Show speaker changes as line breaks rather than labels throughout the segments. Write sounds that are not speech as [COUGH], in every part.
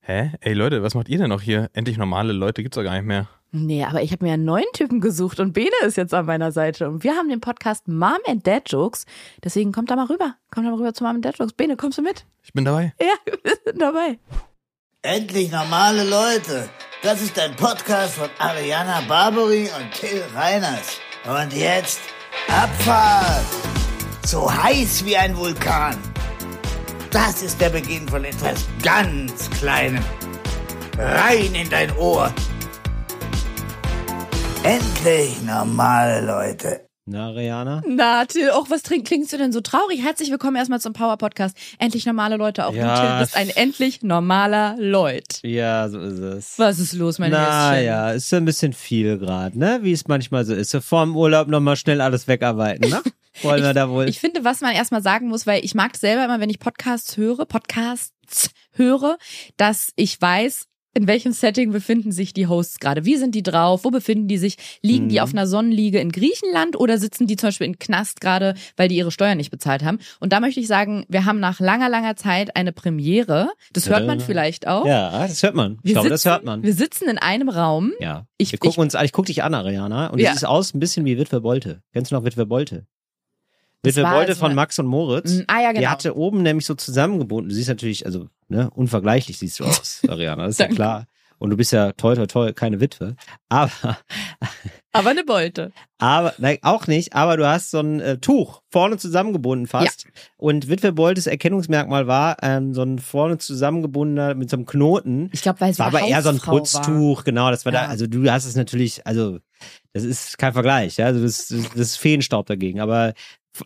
Hä? Ey Leute, was macht ihr denn noch hier? Endlich normale Leute gibt's doch gar nicht mehr.
Nee, aber ich habe mir einen neuen Typen gesucht und Bene ist jetzt an meiner Seite. Und wir haben den Podcast Mom and Dad Jokes. Deswegen kommt da mal rüber. Kommt da mal rüber zu Mom and Dad Jokes. Bene, kommst du mit? [LAUGHS]
Ich bin dabei.
Ja, wir sind dabei.
Endlich normale Leute. Das ist ein Podcast von Ariana Barbary und Till Reiners. Und jetzt Abfahrt. So heiß wie ein Vulkan. Das ist der Beginn von etwas ganz Kleinem. Rein in dein Ohr. Endlich normale Leute.
Na, Rihanna?
Na, Till, auch was trink, klingst du denn so traurig? Herzlich willkommen erstmal zum Power Podcast. Endlich normale Leute. Auch
Ja.
du, Till, bist ein endlich normaler Leut.
Ja, so ist es.
Was ist los, mein
Na
Herzchen?
ja, ist so ein bisschen viel gerade, ne? Wie es manchmal so ist. So vorm Urlaub nochmal schnell alles
[LAUGHS]
wegarbeiten, ne? Wollen wir da wohl.
Ich finde, was man erstmal sagen muss, weil ich mag es selber immer, wenn ich Podcasts höre, Podcasts höre, dass ich weiß, in welchem Setting befinden sich die Hosts gerade? Wie sind die drauf? Wo befinden die sich? Liegen
Mhm.
die auf einer Sonnenliege in Griechenland oder sitzen die zum Beispiel in Knast gerade, weil die ihre Steuern nicht bezahlt haben? Und da möchte ich sagen, wir haben nach langer, langer Zeit eine Premiere. Das hört man
Ja.
vielleicht auch.
Äh, ja, das hört man. Ich
Wir
glaube,
sitzen,
das hört man.
Wir sitzen in einem Raum.
Ja.
Ich-
wir gucken
ich-
uns an. Ich guck dich an, Ariana. Und
Ja.
du siehst aus ein bisschen wie Witwe Bolte. Kennst du noch Witwe Bolte? Witwe
war
Bolte
so
von
eine-
Max und Moritz.
Mm, Ah ja, genau.
Die hatte oben nämlich so zusammengebunden. Du siehst natürlich, also, ne, unvergleichlich siehst
[LAUGHS]
du aus, Ariana. Das ist ja
Danke.
klar. Und du bist ja toi, toi, toi, keine Witwe. Aber
Aber eine Beute.
Aber, nein, auch nicht, aber du hast so ein äh, Tuch vorne zusammengebunden fast. Und Witwe Boltes Erkennungsmerkmal war ähm, so ein vorne zusammengebundener mit so einem Knoten.
Ich glaube, weil sie
War aber eher so ein
Hausfrau war.
Putztuch, genau. Das war
Ja.
da, also du hast es natürlich, also das ist kein Vergleich, ja. Also das, das, das ist Feenstaub dagegen. Aber,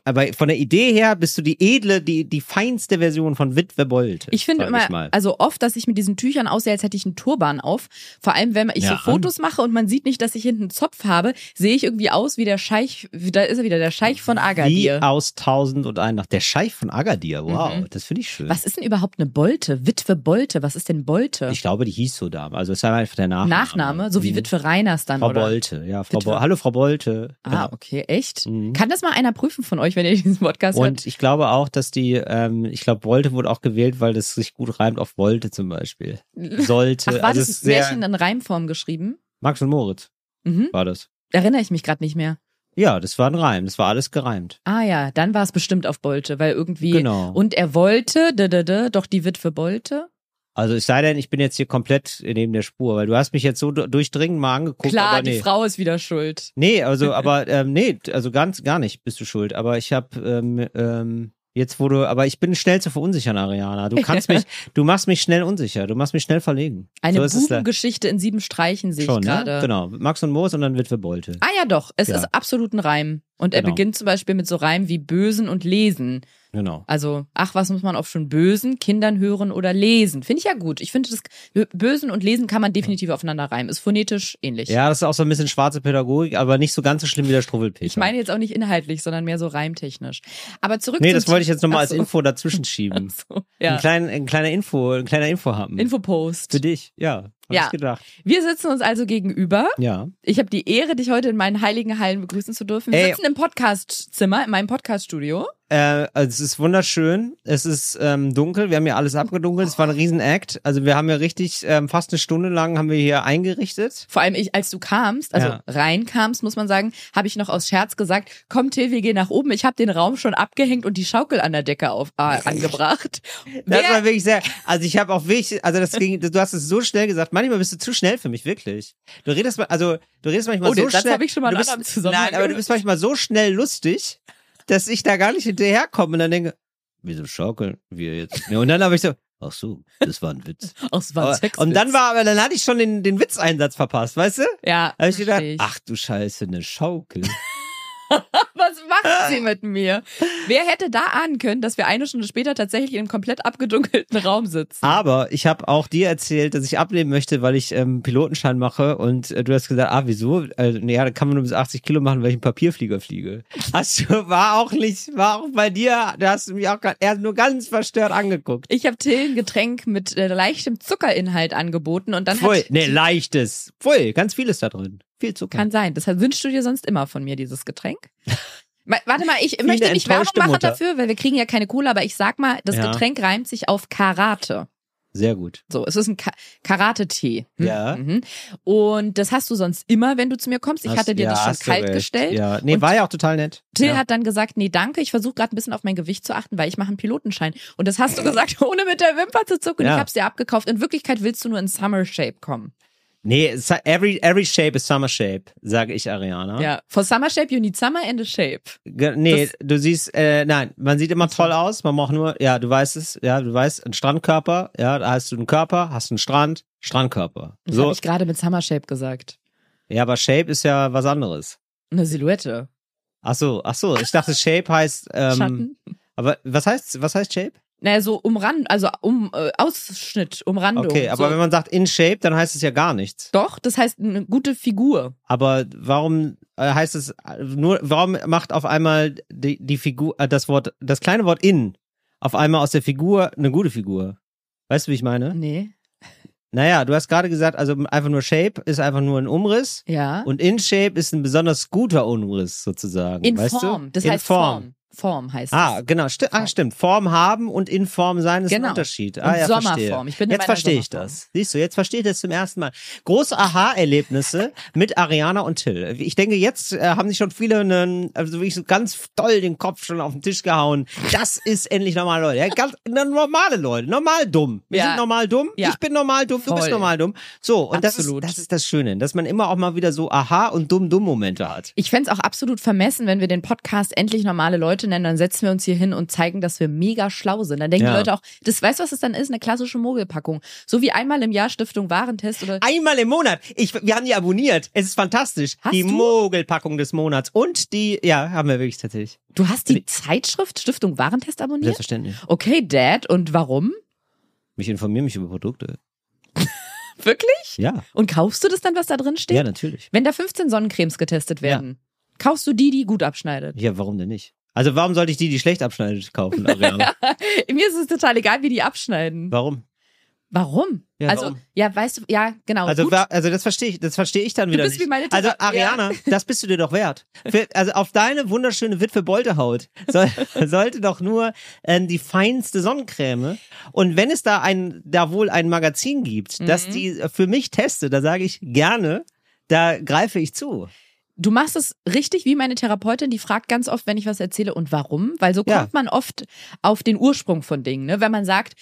aber von der Idee her bist du die edle, die, die feinste Version von Witwe Bolte.
Ich finde
sag
immer,
ich mal.
also oft, dass ich mit diesen Tüchern aussehe, als hätte ich einen Turban auf. Vor allem, wenn ich so
Ja.
Fotos mache und man sieht nicht, dass ich hinten einen Zopf habe, sehe ich irgendwie aus wie der Scheich, wie- da ist er wieder, der Scheich von
Wie
Agadir. Mhm.
aus 1001 Nacht. Der Scheich von Agadir, wow, das finde ich schön.
Was ist denn überhaupt eine Bolte? Witwe Bolte, was ist denn Bolte?
Ich glaube, die hieß so damals. Also es war einfach der Nachname.
Nachname, so wie
Mhm.
Witwe Reiners dann,
Frau
oder?
Bolte, ja. Frau
Witwe-
Bo Hallo, Frau Bolte.
Ah,
Genau.
okay, echt?
Mhm.
Kann das mal einer prüfen von euch, wenn ihr diesen Podcast hört?
Und ich glaube auch, dass die, ähm, ich glaube, Bolte wurde auch gewählt, weil das sich gut reimt auf Wolte zum Beispiel. Sollte.
[LAUGHS] Ach, war
also es
das
ist sehr,
Märchen in Reimform geschrieben?
Max und Moritz
Mhm.
war das.
Erinnere ich mich gerade nicht mehr.
Ja, das war ein Reim. Das war alles gereimt.
Ah ja, dann war es bestimmt auf Bolte, weil irgendwie.
Genau.
Und er wollte, da, da, da, doch die Witwe Bolte.
also es sei denn, ich bin jetzt hier komplett neben der Spur, weil du hast mich jetzt so du- durchdringend mal angeguckt.
Klar,
aber nee.
die Frau ist wieder schuld.
Nee, also, aber ähm, nee, also ganz gar nicht bist du schuld. Aber ich habe ähm, ähm, jetzt wo du, aber ich bin schnell zu verunsichern, Ariana. Du
[LAUGHS]
kannst mich, du machst mich schnell unsicher, du machst mich schnell verlegen.
Eine
ist es da-
Bubengeschichte in sieben Streichen sehe
schon,
ich
ne?
gerade.
Genau, Max und Moos und dann Witwe Bolte.
Ah ja, doch. Es
Ja.
ist absolut ein Reim. Und er
Genau.
beginnt zum Beispiel mit so Reimen wie Bösen und Lesen.
Genau.
Also, ach, was muss man auf schon Bösen, Kindern hören oder lesen? Finde ich ja gut. Ich finde, das Bösen und Lesen kann man definitiv aufeinander reimen. Ist phonetisch ähnlich.
Ja, das ist auch so ein bisschen schwarze Pädagogik, aber nicht so ganz so schlimm wie der Struwwelpeter.
Ich meine jetzt auch nicht inhaltlich, sondern mehr so reimtechnisch. Aber zurück
nee,
zum
das wollte ich jetzt nochmal als
Ach so.
Info
[LAUGHS]
dazwischen schieben.
So,
Ein,
ja.
klein, ein kleiner Info, ein kleiner Infohappen.
Infopost.
Für dich, ja. Hab
Ja.
ich gedacht.
Wir sitzen uns also gegenüber.
Ja.
Ich habe die Ehre, dich heute in meinen heiligen Hallen begrüßen zu dürfen. Wir
Ey.
sitzen im Podcastzimmer, in meinem Podcaststudio.
Äh, also es ist wunderschön. Es ist ähm, dunkel. Wir haben hier alles abgedunkelt. Es war ein Riesenakt. Also wir haben hier richtig ähm, fast eine Stunde lang haben wir hier eingerichtet.
Vor allem ich, als du kamst, also
Ja.
reinkamst, muss man sagen, habe ich noch aus Scherz gesagt, komm Till, wir gehen nach oben. Ich habe den Raum schon abgehängt und die Schaukel an der Decke auf,
[LAUGHS]
äh, angebracht.
Das war
Wer,
wirklich sehr. Also ich habe auch wirklich. Also das ging. Du hast es so schnell gesagt. Manchmal bist du zu schnell für mich wirklich. Du redest mal. Also du redest manchmal
Oh,
so
den Satz
schnell.
hab ich schon mal
du
in
bist,
anderem Zusammenhang
Nein, aber du
gehört.
bist manchmal so schnell lustig, dass ich da gar nicht hinterherkomme und dann denke, wieso schaukeln wir jetzt? Ja, und dann habe ich so. Ach so, das war
[LAUGHS]
ein Witz.
aus
Aber- Oh, Und dann war, aber dann hatte ich schon den, den Witzeinsatz verpasst, weißt du?
ja,
Da habe ich gedacht,
verstehe ich.
ach du Scheiße, eine
[LAUGHS]
Schaukel. [LAUGHS]
was macht sie mit mir? Wer hätte da ahnen können, dass wir eine Stunde später tatsächlich in einem komplett abgedunkelten [LAUGHS] Raum sitzen?
Aber ich habe auch dir erzählt, dass ich abnehmen möchte, weil ich ähm, Pilotenschein mache und äh, du hast gesagt, ah, wieso? Äh, naja, da kann man nur bis 80 Kilo machen, weil ich einen Papierflieger fliege. Hast du, [LAUGHS] war auch nicht, war auch bei dir, da hast du mich auch gar- er hat nur ganz verstört angeguckt.
Ich habe Till ein Getränk mit äh, leichtem Zuckerinhalt angeboten und dann
Voll,
hat
ne, leichtes. Voll, ganz vieles da drin. Viel Zucker.
Kann sein. Deshalb wünschst du dir sonst immer von mir dieses
[LAUGHS]
Getränk. Ma- Warte mal, ich
Wie
möchte
eine
nicht Werbung
enttäuschte
machen
Mutter.
dafür, weil wir kriegen ja keine Kohle, aber ich sag mal, das
Ja.
Getränk reimt sich auf Karate.
Sehr gut.
So, es ist ein Ka Karate-Tee.
Ja.
Mhm. Und das hast du sonst immer, wenn du zu mir kommst. Ich
Hast-
hatte dir
ja,
das schon
hast du
kalt
recht.
gestellt.
Ja, nee,
Und-
war ja auch total nett.
Till
ja.
hat dann gesagt, nee, danke, ich versuche gerade ein bisschen auf mein Gewicht zu achten, weil ich mache einen Pilotenschein. Und das
[LAUGHS]
hast du gesagt, ohne mit der Wimper zu zucken.
Ja.
Ich hab's dir abgekauft. In Wirklichkeit willst du nur in Summer Shape kommen.
Nee, sa- every, every shape is summer shape, sage ich Ariana.
Ja. For Summer Shape, you need Summer and a Shape.
Ge- Nee,
Das-
du siehst, äh, nein, man sieht immer toll aus, man macht nur, ja, du weißt es, ja, du weißt, ein Strandkörper, ja, da hast du einen Körper, hast einen Strand, Strandkörper.
Das
So,
habe ich gerade mit Summer Shape gesagt.
ja, aber Shape ist ja was anderes.
Eine Silhouette.
Ach so, ach so, ich dachte Shape heißt, ähm,
Schatten.
aber was heißt, was heißt Shape?
Naja, so umrand, also um äh, Ausschnitt, Umrandung.
Okay, aber
so.
wenn man sagt in Shape, dann heißt es ja gar nichts.
Doch, das heißt eine gute Figur.
Aber warum äh, heißt es äh, nur, warum macht auf einmal die, die Figur, äh, das Wort, das kleine Wort in, auf einmal aus der Figur eine gute Figur? Weißt du, wie ich meine?
Nee.
Naja, du hast gerade gesagt, also einfach nur Shape ist einfach nur ein Umriss.
Ja.
Und in Shape ist ein besonders guter Umriss sozusagen.
in
weißt
Form.
Du?
Das
in
heißt Form. Form heißt
Ah,
es.
genau. Sti ah,
Form.
stimmt. Form haben und in Form sein ist
Genau.
ein Unterschied.
Und
Ah, ja,
Sommerform.
Verstehe.
Ich bin in
jetzt
meiner
verstehe ich
Sommerform.
das. Siehst du, jetzt verstehe ich das zum ersten Mal.
[LAUGHS]
Große Aha-Erlebnisse mit Ariana und Till. Ich denke, jetzt äh, haben sich schon viele einen, also wirklich so ganz doll den Kopf schon auf den Tisch gehauen. Das ist endlich normale Leute. Ja, ganz [LAUGHS] na, normale Leute. Normal dumm. Wir
Ja.
sind normal dumm.
Ja.
Ich bin normal dumm. Du
Voll.
bist normal dumm. So, und das ist,
Absolut.
das ist das Schöne, dass man immer auch mal wieder so Aha- und Dumm-Dumm-Momente hat.
Ich fänd's auch absolut vermessen, wenn wir den Podcast endlich normale Leute nennen, dann setzen wir uns hier hin und zeigen, dass wir mega schlau sind. Dann denken
Ja.
die Leute auch, das weißt du, was das dann ist? Eine klassische Mogelpackung. So wie einmal im Jahr Stiftung Warentest oder
Einmal im Monat. Ich, wir haben die abonniert. Es ist fantastisch.
Hast
die
du?
Mogelpackung des Monats und die, ja, haben wir wirklich tatsächlich.
Du hast die Zeitschrift Stiftung Warentest abonniert?
Selbstverständlich.
Okay, Dad, und warum?
Ich informiere mich über Produkte.
Wirklich?
Ja,
Und kaufst du das dann, was da drin steht?
ja, natürlich.
Wenn da 15 Sonnencremes getestet werden, kaufst du die, die gut abschneidet?
Ja, warum denn nicht? Also warum sollte ich die, die schlecht abschneidet,
[LAUGHS]
kaufen, Ariana?
[LAUGHS] Mir ist es total egal, wie die abschneiden.
Warum?
Warum?
Ja,
also,
warum?
ja, weißt du, ja, genau.
Also,
gut.
wa- also das verstehe ich, das verstehe ich dann wieder
bist
nicht.
wie meine Tante.
also Ariana, das bist du dir doch wert. Für, also auf deine wunderschöne Witwe Boltehaut soll, [LAUGHS] sollte doch nur ähm, die feinste Sonnencreme. Und wenn es da ein, da wohl ein Magazin gibt, das
Mhm.
die äh, für mich testet, da sage ich gerne, da greife ich zu.
Du machst es richtig wie meine Therapeutin, die fragt ganz oft, wenn ich was erzähle und warum, weil so kommt
Ja.
man oft auf den Ursprung von Dingen, ne? Wenn man sagt,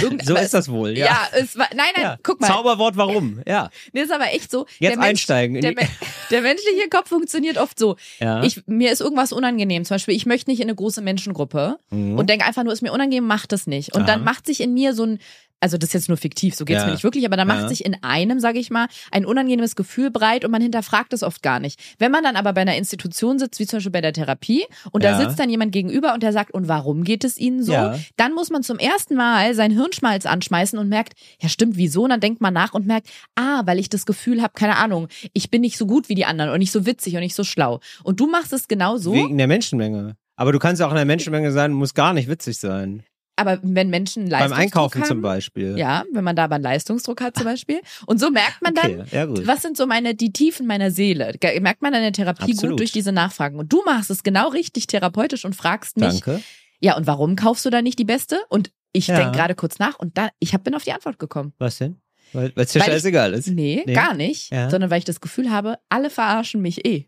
irgend-
So
aber
ist das wohl, ja.
Ja, es war, nein, nein,
Ja.
guck mal.
Zauberwort warum? Ja.
Nee, ist aber echt so.
Jetzt
der Mensch-
einsteigen in
Der,
die-
Men- [LAUGHS] der menschliche Kopf funktioniert oft so.
Ja.
Ich, mir ist irgendwas unangenehm. Zum Beispiel, ich möchte nicht in eine große Menschengruppe
Mhm.
und denke einfach nur, ist mir unangenehm, mach das nicht. Und dann macht sich in mir so ein, also das ist jetzt nur fiktiv, so geht's
Ja.
mir nicht wirklich, aber dann macht
Ja.
sich in einem, sage ich mal, ein unangenehmes Gefühl breit und man hinterfragt es oft gar nicht. Wenn man dann aber bei einer Institution sitzt, wie zum Beispiel bei der Therapie, und da
Ja.
sitzt dann jemand gegenüber und der sagt, und warum geht es Ihnen so?
Ja.
Dann muss man zum ersten Mal sein Hirnschmalz anschmeißen und merkt, ja stimmt, wieso? Und dann denkt man nach und merkt, ah, weil ich das Gefühl habe, keine Ahnung, ich bin nicht so gut wie die anderen und nicht so witzig und nicht so schlau. Und du machst es genau so,
Wegen der Menschenmenge. Aber du kannst ja auch in der Menschenmenge sein, muss gar nicht witzig sein.
aber wenn Menschen
Beim
Leistungsdruck
Einkaufen
haben,
zum Beispiel.
Ja, wenn man da aber einen Leistungsdruck hat zum Beispiel. Und so merkt man dann,
Okay, ja, gut.
was sind so meine, die Tiefen meiner Seele? Ge- Merkt man in der Therapie
Absolut.
gut durch diese Nachfragen. Und du machst es genau richtig therapeutisch und fragst mich,
Danke.
ja, und warum kaufst du da nicht die beste? Und ich
Ja.
denk denke gerade kurz nach und da, ich hab, bin auf die Antwort gekommen.
Was denn? Weil es dir
Weil ich-
scheißegal ist.
Nee,
Nee.
gar nicht,
Ja.
sondern weil ich das Gefühl habe, alle verarschen mich eh.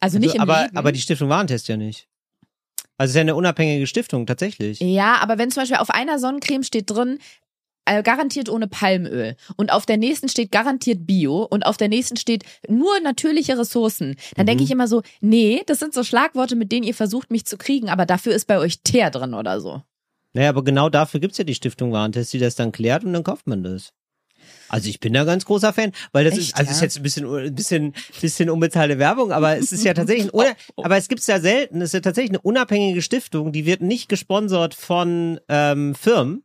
Also nicht
Also,
im
aber,
Leben.
aber die Stiftung Warentest ja nicht. Also es ist ja eine unabhängige Stiftung, tatsächlich.
ja, aber wenn zum Beispiel auf einer Sonnencreme steht drin, äh, garantiert ohne Palmöl und auf der nächsten steht garantiert Bio und auf der nächsten steht nur natürliche Ressourcen, dann
Mhm.
denke ich immer so, nee, das sind so Schlagworte, mit denen ihr versucht, mich zu kriegen, aber dafür ist bei euch Teer drin oder so.
Naja, aber genau dafür gibt's ja die Stiftung Warentest, die das dann klärt und dann kauft man das. Also ich bin da ganz großer Fan, weil das
Echt,
ist, also
ja?
ist jetzt ein bisschen, ein bisschen, bisschen unbezahlte Werbung, aber es ist ja
[LAUGHS]
tatsächlich, ein, oder,
Oh,
aber es gibt's ja selten, es ist ja tatsächlich eine unabhängige Stiftung, die wird nicht gesponsert von ähm, Firmen.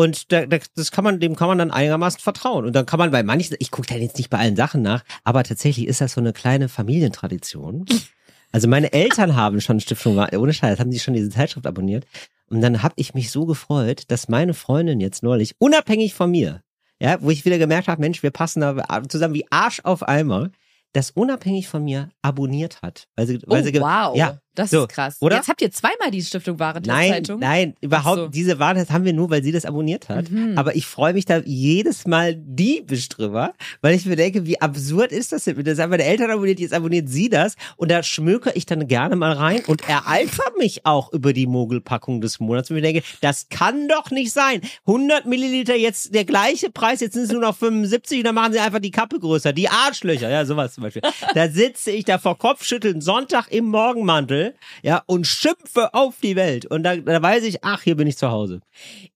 Und da, da, das kann man, dem kann man dann einigermaßen vertrauen. Und dann kann man bei manchen, ich gucke da jetzt nicht bei allen Sachen nach, aber tatsächlich ist das so eine kleine Familientradition. Also meine Eltern haben schon Stiftung, Wa- ohne Scheiß, haben die schon diese Zeitschrift abonniert. Und dann habe ich mich so gefreut, dass meine Freundin jetzt neulich, unabhängig von mir, ja, wo ich wieder gemerkt habe, Mensch, wir passen da zusammen wie Arsch auf Eimer, das unabhängig von mir abonniert hat. Weil sie, weil
oh,
sie ge-
wow.
Ja,
Das
So,
ist krass.
oder?
Jetzt habt ihr zweimal die Stiftung
Nein,
Warentest-Zeitung.
nein, überhaupt,
Ach so. Mhm.
diese Warentest haben wir nur, weil sie das abonniert hat. Aber ich freue mich da jedes Mal diebisch drüber, weil ich mir denke, wie absurd ist das denn? Das haben meine Eltern abonniert, jetzt abonniert sie das und da schmöke ich dann gerne mal rein und ereifer mich auch über die Mogelpackung des Monats und mir denke, das kann doch nicht sein. 100 Milliliter jetzt der gleiche Preis, jetzt sind es nur noch 75 und dann machen sie einfach die Kappe größer, die Arschlöcher, ja, sowas zum Beispiel. Da sitze ich da vor Kopfschütteln Sonntag im Morgenmantel, ja, und schimpfe auf die Welt und da, da weiß ich, ach, hier bin ich zu Hause.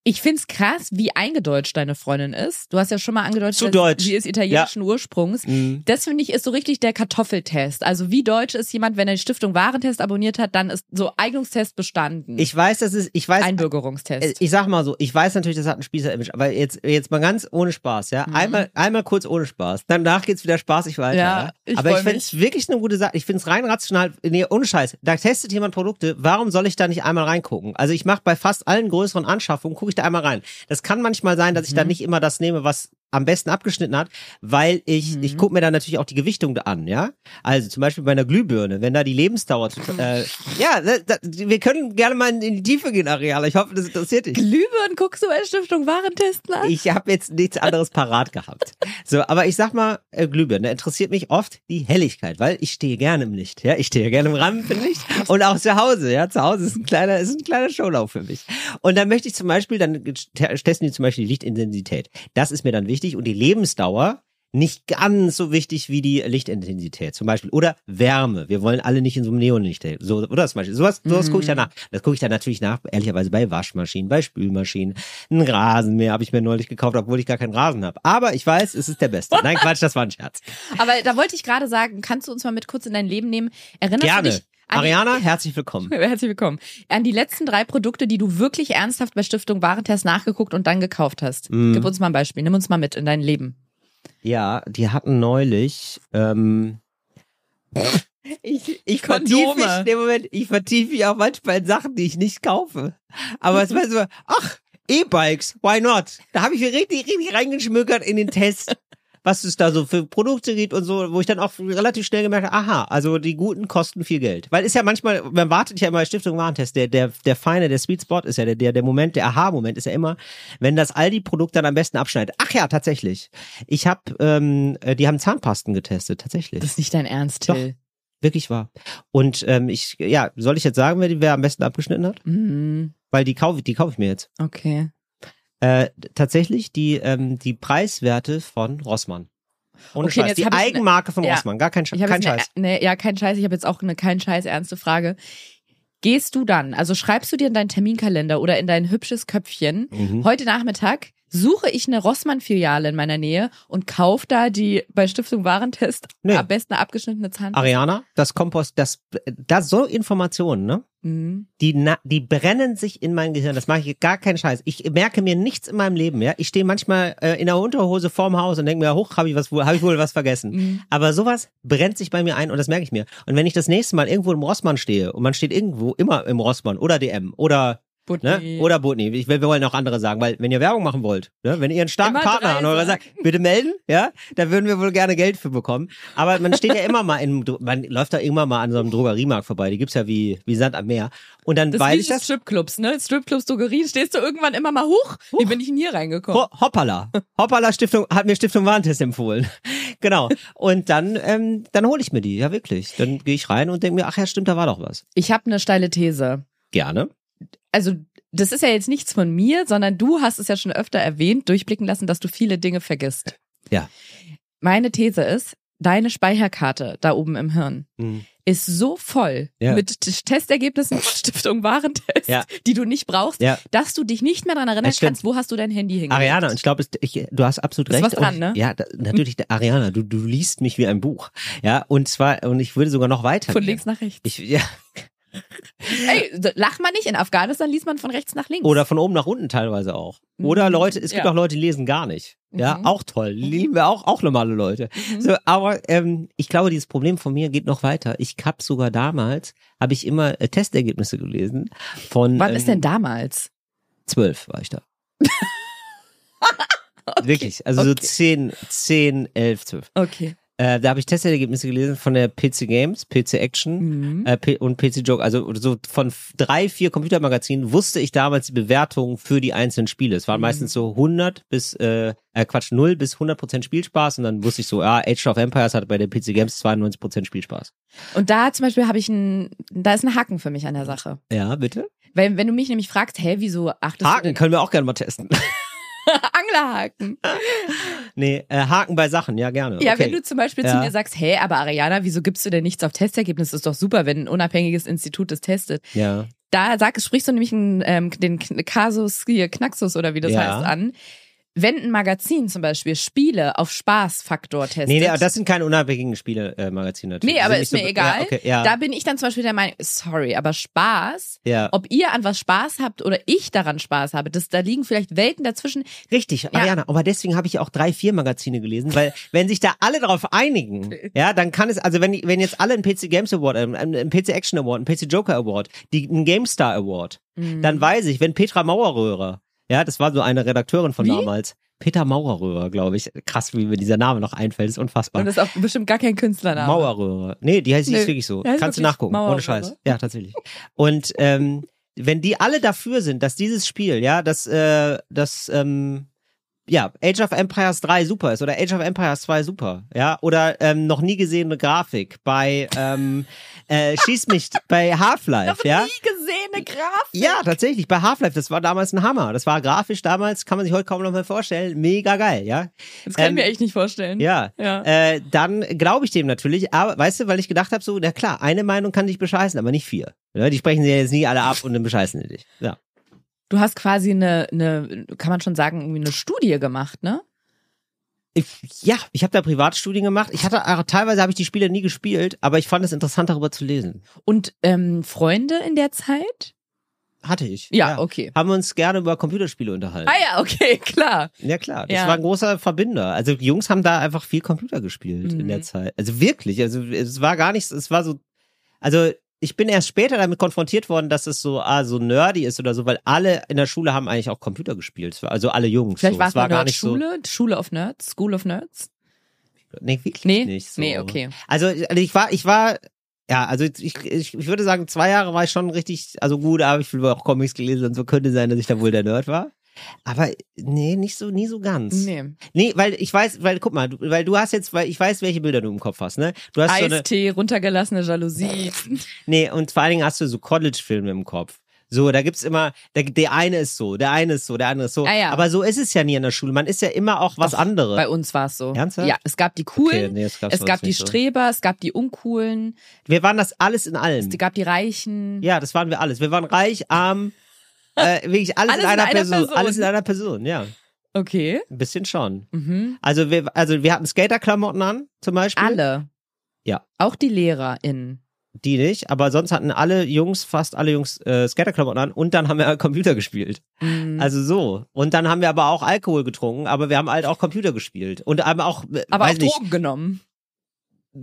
Ich find's krass, wie eingedeutscht deine Freundin ist. Du hast ja schon mal angedeutet,
Zu
dass
deutsch. Mhm.
sie ist italienischen Ursprungs. Das finde ich ist so richtig der Kartoffeltest. Also wie deutsch ist jemand, wenn er die Stiftung Warentest abonniert hat, dann ist so Eignungstest bestanden.
Ich weiß, dass es, ich weiß, Äh,
Einbürgerungstest.
Ich sag mal so, ich weiß natürlich, das hat ein Spießer-Image, aber jetzt, jetzt mal ganz ohne Spaß, ja.
Mhm.
Einmal, einmal kurz ohne Spaß. Danach geht's wieder spaßig weiter.
Ja,
Ja,
ich
aber ich
freu
find's wirklich eine gute Sache. Ich find's rein rational, nee, ohne Scheiß. Da testet jemand Produkte, warum soll ich da nicht einmal reingucken? Also ich mache bei fast allen größeren Anschaffungen, gucke ich da einmal rein. Das kann manchmal sein, dass ich da nicht immer das nehme, was am besten abgeschnitten hat, weil ich, ich gucke mir da natürlich auch die Gewichtung an, ja. Also zum Beispiel bei einer Glühbirne, wenn da die Lebensdauer, äh, ja, da, da, wir können gerne mal in die Tiefe gehen, Areal. Ich hoffe, das interessiert dich.
Glühbirnen guckst du bei Stiftung Warentesten an?
[LAUGHS] Ich habe jetzt nichts anderes parat gehabt. So, aber ich sag mal, äh, Glühbirne interessiert mich oft die Helligkeit, weil ich stehe gerne im Licht. Ja, ich stehe gerne im Rampenlicht und auch zu Hause. Ja, zu Hause ist ein kleiner, ist ein kleiner Showlauf für mich. Und dann möchte ich zum Beispiel, dann te- testen die zum Beispiel die Lichtintensität. Das ist mir dann wichtig und die Lebensdauer nicht ganz so wichtig wie die Lichtintensität zum Beispiel oder Wärme. Wir wollen alle nicht in so einem Neonlicht leben. so oder zum Beispiel sowas. Sowas gucke ich
Mhm.
danach. Das gucke ich dann natürlich nach. Ehrlicherweise bei Waschmaschinen, bei Spülmaschinen, ein Rasenmäher habe ich mir neulich gekauft, obwohl ich gar keinen Rasen habe. Aber ich weiß, es ist der Beste.
[LAUGHS]
Nein, Quatsch, das war ein Scherz.
Aber da wollte ich gerade sagen, kannst du uns mal mit kurz in dein Leben nehmen? Erinnerst du
Gerne.
dich an die,
Ariana, herzlich willkommen.
[LAUGHS] Herzlich willkommen. An die letzten drei Produkte, die du wirklich ernsthaft bei Stiftung Warentest nachgeguckt und dann gekauft hast.
Mhm.
Gib uns mal ein Beispiel, nimm uns mal mit in dein Leben.
Ja, die hatten neulich. Ähm, ich ich vertiefe
Kondome.
mich in dem Moment, ich vertiefe mich auch manchmal in Sachen, die ich nicht kaufe. Aber es war so, ach, E-Bikes, why not? Da habe ich mir richtig, richtig reingeschmökert in den Test, was es da so für Produkte gibt und so, wo ich dann auch relativ schnell gemerkt habe, aha, also die guten kosten viel Geld. Weil ist ja manchmal, man wartet ja immer bei Stiftung Warentest, der, der, der feine, der Sweet Spot ist ja der, der, der Moment, der Aha-Moment ist ja immer, wenn das Aldi-Produkt dann am besten abschneidet. Ach ja, tatsächlich. Ich habe, ähm, äh, die haben Zahnpasten getestet, tatsächlich.
Das ist nicht dein Ernst,
Doch.
Till.
Wirklich wahr. Und ähm, ich, ja, soll ich jetzt sagen, wer, die- wer am besten abgeschnitten hat?
Mhm.
Weil die kaufe die kaufe ich mir jetzt.
Okay.
Äh, tatsächlich die, ähm, die Preiswerte von Rossmann. Ohne
Okay,
Scheiß.
jetzt
Die
hab ich ne-
Eigenmarke von
Ja.
Rossmann. Gar kein, Sch
Ich hab
kein
jetzt
Scheiß.
Eine, ne, ja, kein Scheiß. Ich habe jetzt auch eine kein Scheiß ernste Frage. Gehst du dann, also schreibst du dir in deinen Terminkalender oder in dein hübsches Köpfchen,
Mhm.
heute Nachmittag suche ich eine Rossmann-Filiale in meiner Nähe und kauf da die bei Stiftung Warentest
Nee.
am besten abgeschnittene Zahnpasta.
Ariana, das Kompost, das, das so Informationen, ne?
Mhm.
Die, na, die brennen sich in mein Gehirn. Das mache ich gar keinen Scheiß. Ich merke mir nichts in meinem Leben, ja. Ich stehe manchmal äh, in der Unterhose vorm Haus und denke mir, hoch, habe ich was wohl, habe ich wohl was vergessen. Aber sowas brennt sich bei mir ein und das merke ich mir. Und wenn ich das nächste Mal irgendwo im Rossmann stehe und man steht irgendwo immer im Rossmann oder DM oder
Butni.
Ne? Oder Butni. Ich, will- wir wollen auch andere sagen, weil wenn ihr Werbung machen wollt, ne? wenn ihr einen starken
Immer
Partner
drei
an eurer Seite,
sagen.
bitte melden, ja, da würden wir wohl gerne Geld für bekommen. Aber man steht ja immer mal
[LAUGHS]
in, einem Dro- man läuft da irgendwann mal an so einem Drogeriemarkt vorbei, die gibt's ja wie, wie Sand am Meer. Und dann
Das
weiß
ist
ich
wie
das.
Stripclubs, ne? Stripclubs, Drogerien, stehst du irgendwann immer mal hoch. Wie bin ich denn hier reingekommen?
Ho Hoppala. Hoppala Stiftung, hat mir Stiftung Warentest empfohlen. [LAUGHS] genau. Und dann, ähm, dann hole ich mir die, ja wirklich. Dann gehe ich rein und denke mir, ach ja, stimmt, da war doch was.
Ich habe eine steile These.
Gerne.
Also, das ist ja jetzt nichts von mir, sondern du hast es ja schon öfter erwähnt, durchblicken lassen, dass du viele Dinge vergisst.
Ja.
Meine These ist, deine Speicherkarte da oben im Hirn
Mhm.
ist so voll
Ja.
mit T- Testergebnissen, [LAUGHS] Stiftung Warentest,
Ja.
die du nicht brauchst,
Ja.
dass du dich nicht mehr daran erinnern
Das stimmt.
kannst, wo hast du dein Handy hingelegt.
Ariana, und ich glaube, es- ich- du hast absolut
Ist
recht.
was dran,
und,
ne?
Ja, da,
[LAUGHS]
natürlich, der Ariana, du, du liest mich wie ein Buch. Ja, und zwar, und ich würde sogar noch weiter.
Von
gehen.
links nach rechts.
Ich, ja,
Ey, lach mal nicht, in Afghanistan liest man von rechts nach links.
oder von oben nach unten teilweise auch. Oder
Mhm.
Leute, es gibt
Ja.
auch Leute, die lesen gar nicht. Ja,
Mhm.
auch toll. Lieben wir auch, auch normale Leute. So, aber ähm, ich glaube, dieses Problem von mir geht noch weiter. Ich hab sogar damals, habe ich immer äh, Testergebnisse gelesen von
Wann
ähm,
ist denn damals?
Zwölf war
[LAUGHS]
ich da. Wirklich, also so
okay.
zehn, zehn, elf, zwölf.
Okay.
Äh, da habe ich Testergebnisse gelesen von der PC Games, PC
Mhm.
Action äh, P und PC Joke. Also oder so von f- drei, vier Computermagazinen wusste ich damals die Bewertungen für die einzelnen Spiele. Es waren
Mhm.
meistens so 100 bis, äh, äh, Quatsch, 0 bis 100% Spielspaß. Und dann wusste ich so, ja, Age of Empires hat bei der PC Games 92% Spielspaß.
Und da zum Beispiel habe ich ein, da ist ein Haken für mich an der Sache.
Ja, bitte?
Weil, wenn du mich nämlich fragst, hä, wieso achtest
Haken können wir auch gerne mal testen. [LAUGHS]
du Anglerhaken?
nee, äh, Haken bei Sachen, ja, gerne.
Ja,
okay.
wenn du zum Beispiel zu
Ja.
mir sagst, hey, aber Ariana, wieso gibst du denn nichts auf Testergebnis? Ist doch super, wenn ein unabhängiges Institut das testet.
ja.
Da sag, sprichst du nämlich einen, ähm, den K- Kasus hier, Knaxus oder wie das
Ja.
heißt, an. Wenn ein Magazin zum Beispiel Spiele auf Spaßfaktor testet.
Nee, nee, aber das sind keine unabhängigen Spielemagazine. natürlich.
Nee,
Die
aber
sind
ist
nicht
mir
so-
egal.
Ja, okay, ja,
Da bin ich dann zum Beispiel der Meinung, sorry, aber Spaß,
ja.
ob ihr an was Spaß habt oder ich daran Spaß habe, das, da liegen vielleicht Welten dazwischen.
Richtig, Mariana. Aber deswegen habe ich auch drei, vier Magazine gelesen, weil wenn sich da alle darauf einigen, ja, dann kann es, also wenn, wenn jetzt alle einen PC Games Award, ähm, einen PC Action Award, einen PC Joker Award, die, einen GameStar Award, dann weiß ich, wenn Petra Mauerröhrer, ja, das war so eine Redakteurin von
Wie?
damals, Petra Mauerröhrer, glaube ich. Krass, wie mir dieser Name noch einfällt, ist unfassbar.
Und das ist auch bestimmt gar kein Künstlername.
Mauerröhre. Nee, die heißt die ist
Nö.
wirklich so.
Die heißt
Kannst du
wirklich
nachgucken,
Mauerröhre.
ohne Scheiß. Ja, tatsächlich. Und ähm, wenn die alle dafür sind, dass dieses Spiel, ja, dass äh, das ähm, ja, Age of Empires 3 super ist oder Age of Empires 2 super, ja, oder ähm, noch nie gesehene Grafik bei ähm, äh,
[LAUGHS]
Schieß mich bei Half-Life, ja.
Nie gesehene Grafik.
Ja, tatsächlich, bei Half-Life, das war damals ein Hammer. Das war grafisch damals, kann man sich heute kaum noch mehr vorstellen. Mega geil, ja.
Das kann
Ähm,
ich mir echt nicht vorstellen.
Ja.
Ja.
Äh, dann glaube ich dem natürlich, aber weißt du, weil ich gedacht habe, so, na klar, eine Meinung kann dich bescheißen, aber nicht vier. Ne? Die sprechen sie ja jetzt nie alle ab und dann bescheißen sie dich. Ja.
Du hast quasi eine, eine, kann man schon sagen, irgendwie eine Studie gemacht, ne?
Ich, ja, ich habe da Privatstudien gemacht. Ich hatte auch- teilweise habe ich die Spiele nie gespielt, aber ich fand es interessant, darüber zu lesen.
Und ähm, Freunde in der Zeit?
Hatte ich.
Ja, okay.
Haben uns gerne über Computerspiele unterhalten.
Ah ja, okay, klar.
Ja klar, das
Ja.
war ein großer Verbinder. Also die Jungs haben da einfach viel Computer gespielt in
Mhm.
der Zeit. Also wirklich, also es war gar nichts, es war so, also ich bin erst später damit konfrontiert worden, dass es so ah, so nerdy ist oder so, weil alle in der Schule haben eigentlich auch Computer gespielt. Es war- Also alle Jungs.
Vielleicht
so.
war
es
es mal
war gar
Nerd
nicht
Schule, Schule of Nerds, School of Nerds.
so. Nee, wirklich
Nee,
nicht so.
nee, okay.
Also, also ich war, ich war, ja, also ich, ich, ich würde sagen, zwei Jahre war ich schon richtig, also gut, aber ich habe auch Comics gelesen und so könnte sein, dass ich da wohl der Nerd war. Aber nee, nicht so, nie so ganz.
Nee.
Nee, weil ich weiß, weil guck mal, du, weil du hast jetzt, weil ich weiß, welche Bilder du im Kopf hast, ne? Du hast so eine, Äh.
Eistee, runtergelassene Jalousie.
nee, und vor allen Dingen hast du so College-Filme im Kopf. So, da gibt's immer, der, der eine ist so, der eine ist so, der andere ist so.
Ah ja.
Aber so ist es ja nie in der Schule. Man ist ja immer auch was anderes.
Bei uns war es so.
Ernsthaft?
Ja, es gab die coolen,
Okay, nee, das gab's
es
bei
gab
uns
die
nicht so.
Streber, es gab die Uncoolen,
Wir waren das alles in allem.
es gab die Reichen.
Hm. Ja, das waren wir alles. Wir waren reich,
[LAUGHS]
arm, äh, wirklich alles, in einer, Person. Alles in einer Person, ja.
Okay.
Ein bisschen schon.
Mhm.
Also wir, also wir hatten Skaterklamotten an, zum Beispiel.
Alle.
Ja.
Auch die LehrerInnen.
Die nicht, aber sonst hatten alle Jungs, fast alle Jungs äh, Skaterklamotten an und dann haben wir halt Computer gespielt.
Mhm.
Also so. Und dann haben wir aber auch Alkohol getrunken, aber wir haben halt auch Computer gespielt. Und haben auch, äh,
Aber
weiß
auch
nicht,
Drogen genommen.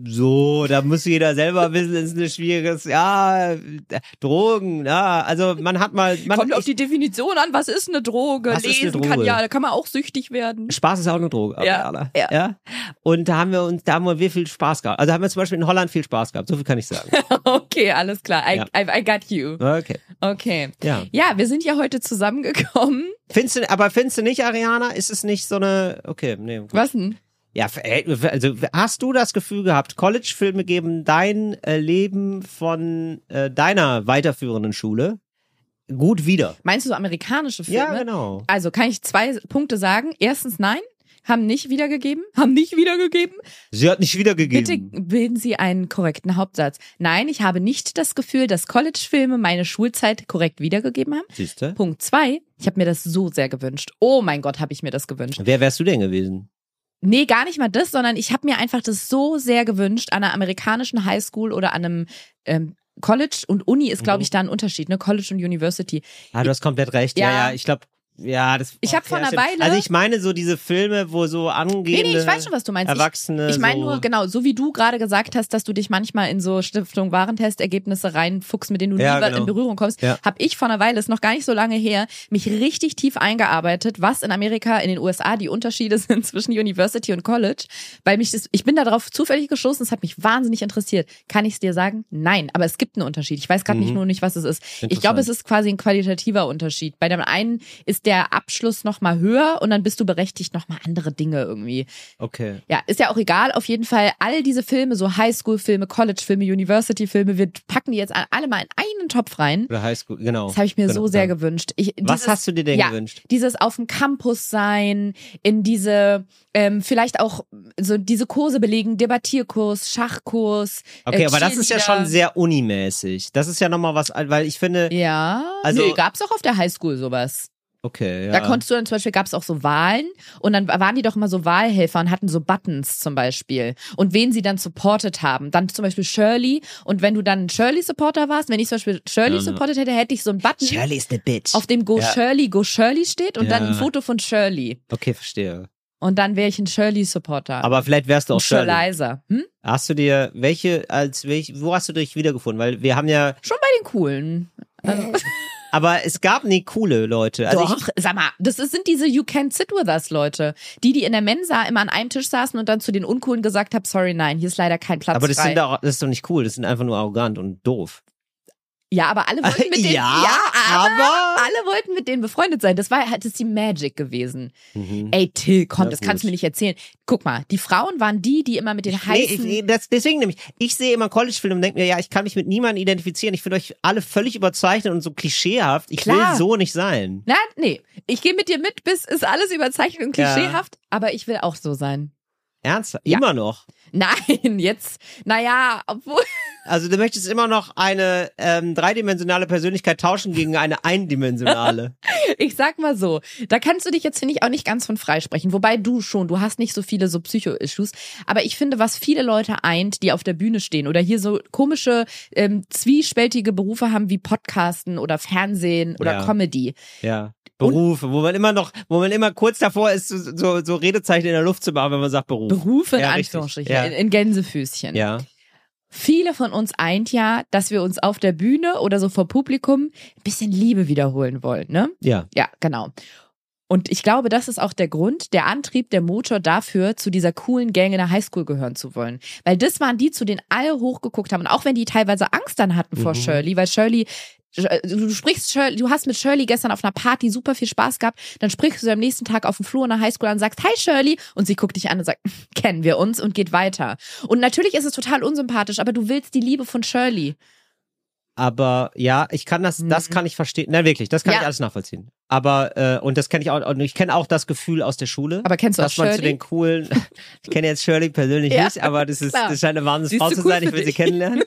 so, da muss jeder selber wissen, das ist ein schwieriges, ja, äh, Drogen, ja, also man hat mal, man
Kommt
ich-
auf die Definition an, was ist eine Droge?
Was ist eine
Lesen kann
Droge?
ja, da kann man auch süchtig werden. [LAUGHS]
Spaß ist auch eine Droge.
Ja,
Alter.
ja.
ja. Und da haben wir uns, da haben wir viel Spaß gehabt. Also haben wir zum Beispiel in Holland viel Spaß gehabt. So viel kann ich
[LAUGHS]
sagen.
Okay, alles klar. I,
Ja.
I, I got you.
Okay.
Okay.
Ja.
Ja, wir sind ja heute zusammengekommen. [LAUGHS]
Findest du, aber findest du nicht, Ariana? Ist es nicht so eine, okay, nee.
Was denn?
Ja, f- ey, also hast du das Gefühl gehabt, College-Filme geben dein äh, Leben von äh, deiner weiterführenden Schule gut wieder?
Meinst du so amerikanische Filme?
Ja, genau.
Also kann ich zwei Punkte sagen. Erstens, nein, haben nicht wiedergegeben, [LAUGHS] haben nicht wiedergegeben.
Sie hat nicht
Bitte
wiedergegeben.
bilden Sie einen korrekten Hauptsatz. Nein, ich habe nicht das Gefühl, dass College-Filme meine Schulzeit korrekt wiedergegeben haben.
Siehst du?
Punkt zwei, ich habe mir das so sehr gewünscht. Oh mein Gott, habe ich mir das gewünscht.
Wer wärst du denn gewesen?
Nee, gar nicht mal das, sondern ich habe mir einfach das so sehr gewünscht an einer amerikanischen Highschool oder an einem ähm, College und Uni ist, glaube ich, da ein Unterschied, ne? College und University.
Ah, du hast komplett recht. Ja,
Ja.
ja, ich glaube, ja, das.
Ich hab
Ach,
vor
ja,
einer Weile-
stimmt. Also ich meine so diese Filme, wo so angehende
Nee, nee, ich weiß schon, was du meinst. Ich,
Erwachsene.
ich meine
so,
nur, genau, so wie du gerade gesagt hast, dass du dich manchmal in so Stiftung Warentestergebnisse reinfuchst, mit denen du
Ja,
nie
genau.
in Berührung kommst,
Ja.
hab habe ich vor einer Weile, ist noch gar nicht so lange her, mich richtig tief eingearbeitet, was in Amerika, in den USA die Unterschiede [LAUGHS] sind zwischen University und College, weil mich das, ich bin darauf zufällig gestoßen, es hat mich wahnsinnig interessiert. Kann ich es dir sagen? Nein, aber es gibt einen Unterschied. Ich weiß gerade
Mhm.
nicht nur nicht, was es ist. Ich glaube, es ist quasi ein qualitativer Unterschied. Bei dem einen ist der Abschluss nochmal höher und dann bist du berechtigt, nochmal andere Dinge irgendwie
Okay.
ja, ist ja auch egal. Auf jeden Fall, all diese Filme, so Highschool-Filme, College-Filme, University-Filme, wir packen die jetzt alle mal in einen Topf rein.
Oder Highschool, genau.
Das habe ich mir
genau,
so sehr
ja.
gewünscht. Ich,
Was
dieses-
hast du dir denn
ja,
gewünscht?
Dieses auf dem Campus sein, in diese, ähm, vielleicht auch so diese Kurse belegen, Debattierkurs, Schachkurs.
Okay,
äh,
aber das ist ja
Cheerleader.
schon sehr unimäßig. Das ist ja nochmal was, weil ich finde,
Ja, also,
Also-
nee, gab's auch auf der Highschool sowas.
okay, ja.
Da konntest du dann zum Beispiel, gab es auch so Wahlen und dann waren die doch immer so Wahlhelfer und hatten so Buttons zum Beispiel und wen sie dann supportet haben. Dann zum Beispiel Shirley und wenn du dann Shirley-Supporter warst, wenn ich zum Beispiel Shirley supportet hätte, hätte ich so einen Button,
ne. Shirley ist eine Bitch.
auf dem Go
Ja.
Shirley, Go Shirley steht und dann
Ja.
ein Foto von Shirley.
okay, verstehe.
Und dann wäre ich ein Shirley-Supporter.
Aber vielleicht wärst du auch
ein
Shirley.
Shirleyser. Hm?
Hast du dir welche als welche wo hast du dich wiedergefunden? Weil wir haben ja,
Schon bei den Coolen.
aber es gab nie coole Leute. Also ich,
Doch, sag mal, das ist- sind diese You Can Sit With Us Leute. Die, die in der Mensa immer an einem Tisch saßen und dann zu den Uncoolen gesagt haben, sorry, nein, hier ist leider kein Platz
aber das
frei.
sind doch, das ist doch nicht cool. Das sind einfach nur arrogant und doof.
Ja, aber alle wollten
[LAUGHS]
mit denen,
Ja,
aber,
aber-
alle wollten mit denen befreundet sein. Das war halt das ist die Magic gewesen.
Mhm.
Ey, Till, komm,
Ja,
das
gut.
kannst du mir nicht erzählen. Guck mal, die Frauen waren die, die immer mit den
Nee,
heißen.
ich- das, deswegen nämlich. Ich sehe immer College-Filme und denke mir, ja, ich kann mich mit niemandem identifizieren. Ich finde euch alle völlig überzeichnet und so klischeehaft. Ich
Klar.
will so nicht sein.
Nein, nee. Ich gehe mit dir mit, bis ist alles überzeichnet und
Ja.
klischeehaft, aber ich will auch so sein.
Ernsthaft?
Ja.
Immer noch.
Nein, [LAUGHS] jetzt, naja, obwohl.
Also du möchtest immer noch eine ähm, dreidimensionale Persönlichkeit tauschen gegen eine
[LAUGHS]
eindimensionale.
Ich sag mal so, da kannst du dich jetzt, finde ich, auch nicht ganz von freisprechen. Wobei du schon, du hast nicht so viele so Psycho-Issues. Aber ich finde, was viele Leute eint, die auf der Bühne stehen oder hier so komische, ähm, zwiespältige Berufe haben wie Podcasten oder Fernsehen oder
Ja.
Comedy.
ja. Berufe, wo man immer noch, wo man immer kurz davor ist, so- so, so Redezeichen in der Luft zu machen, wenn man sagt Beruf.
Berufe in
Ja, richtig.
Anführungsstrichen,
Ja.
in, in Gänsefüßchen.
ja.
Viele von uns eint ja, dass wir uns auf der Bühne oder so vor Publikum ein bisschen Liebe wiederholen wollen, ne?
Ja.
Ja, genau. Und ich glaube, das ist auch der Grund, der Antrieb, der Motor dafür, zu dieser coolen Gang in der Highschool gehören zu wollen. Weil das waren die, zu denen alle hochgeguckt haben. Und auch wenn die teilweise Angst dann hatten
Mhm.
vor Shirley, weil Shirley, äh, du sprichst Shirley, du hast mit Shirley gestern auf einer Party super viel Spaß gehabt, dann sprichst du am nächsten Tag auf dem Flur in der Highschool an und sagst, hi Shirley, und sie guckt dich an und sagt, [LAUGHS] kennen wir uns und geht weiter. Und natürlich ist es total unsympathisch, aber du willst die Liebe von Shirley.
Aber ja, ich kann das, das kann ich verstehen. Nein, wirklich, das kann
Mhm. Ja.
ich alles nachvollziehen. Aber, äh, und das kenne ich auch, und ich kenne auch das Gefühl aus der Schule.
Aber kennst du
dass
auch
man zu
Shirley?
den coolen, [LAUGHS] ich kenne jetzt Shirley persönlich
Ja,
nicht, aber das ist,
klar.
das scheint eine
Sie ist
wahnsinnige Frau
zu
zu
cool
sein, ich
für
will sie
dich. [LAUGHS]
kennenlernen.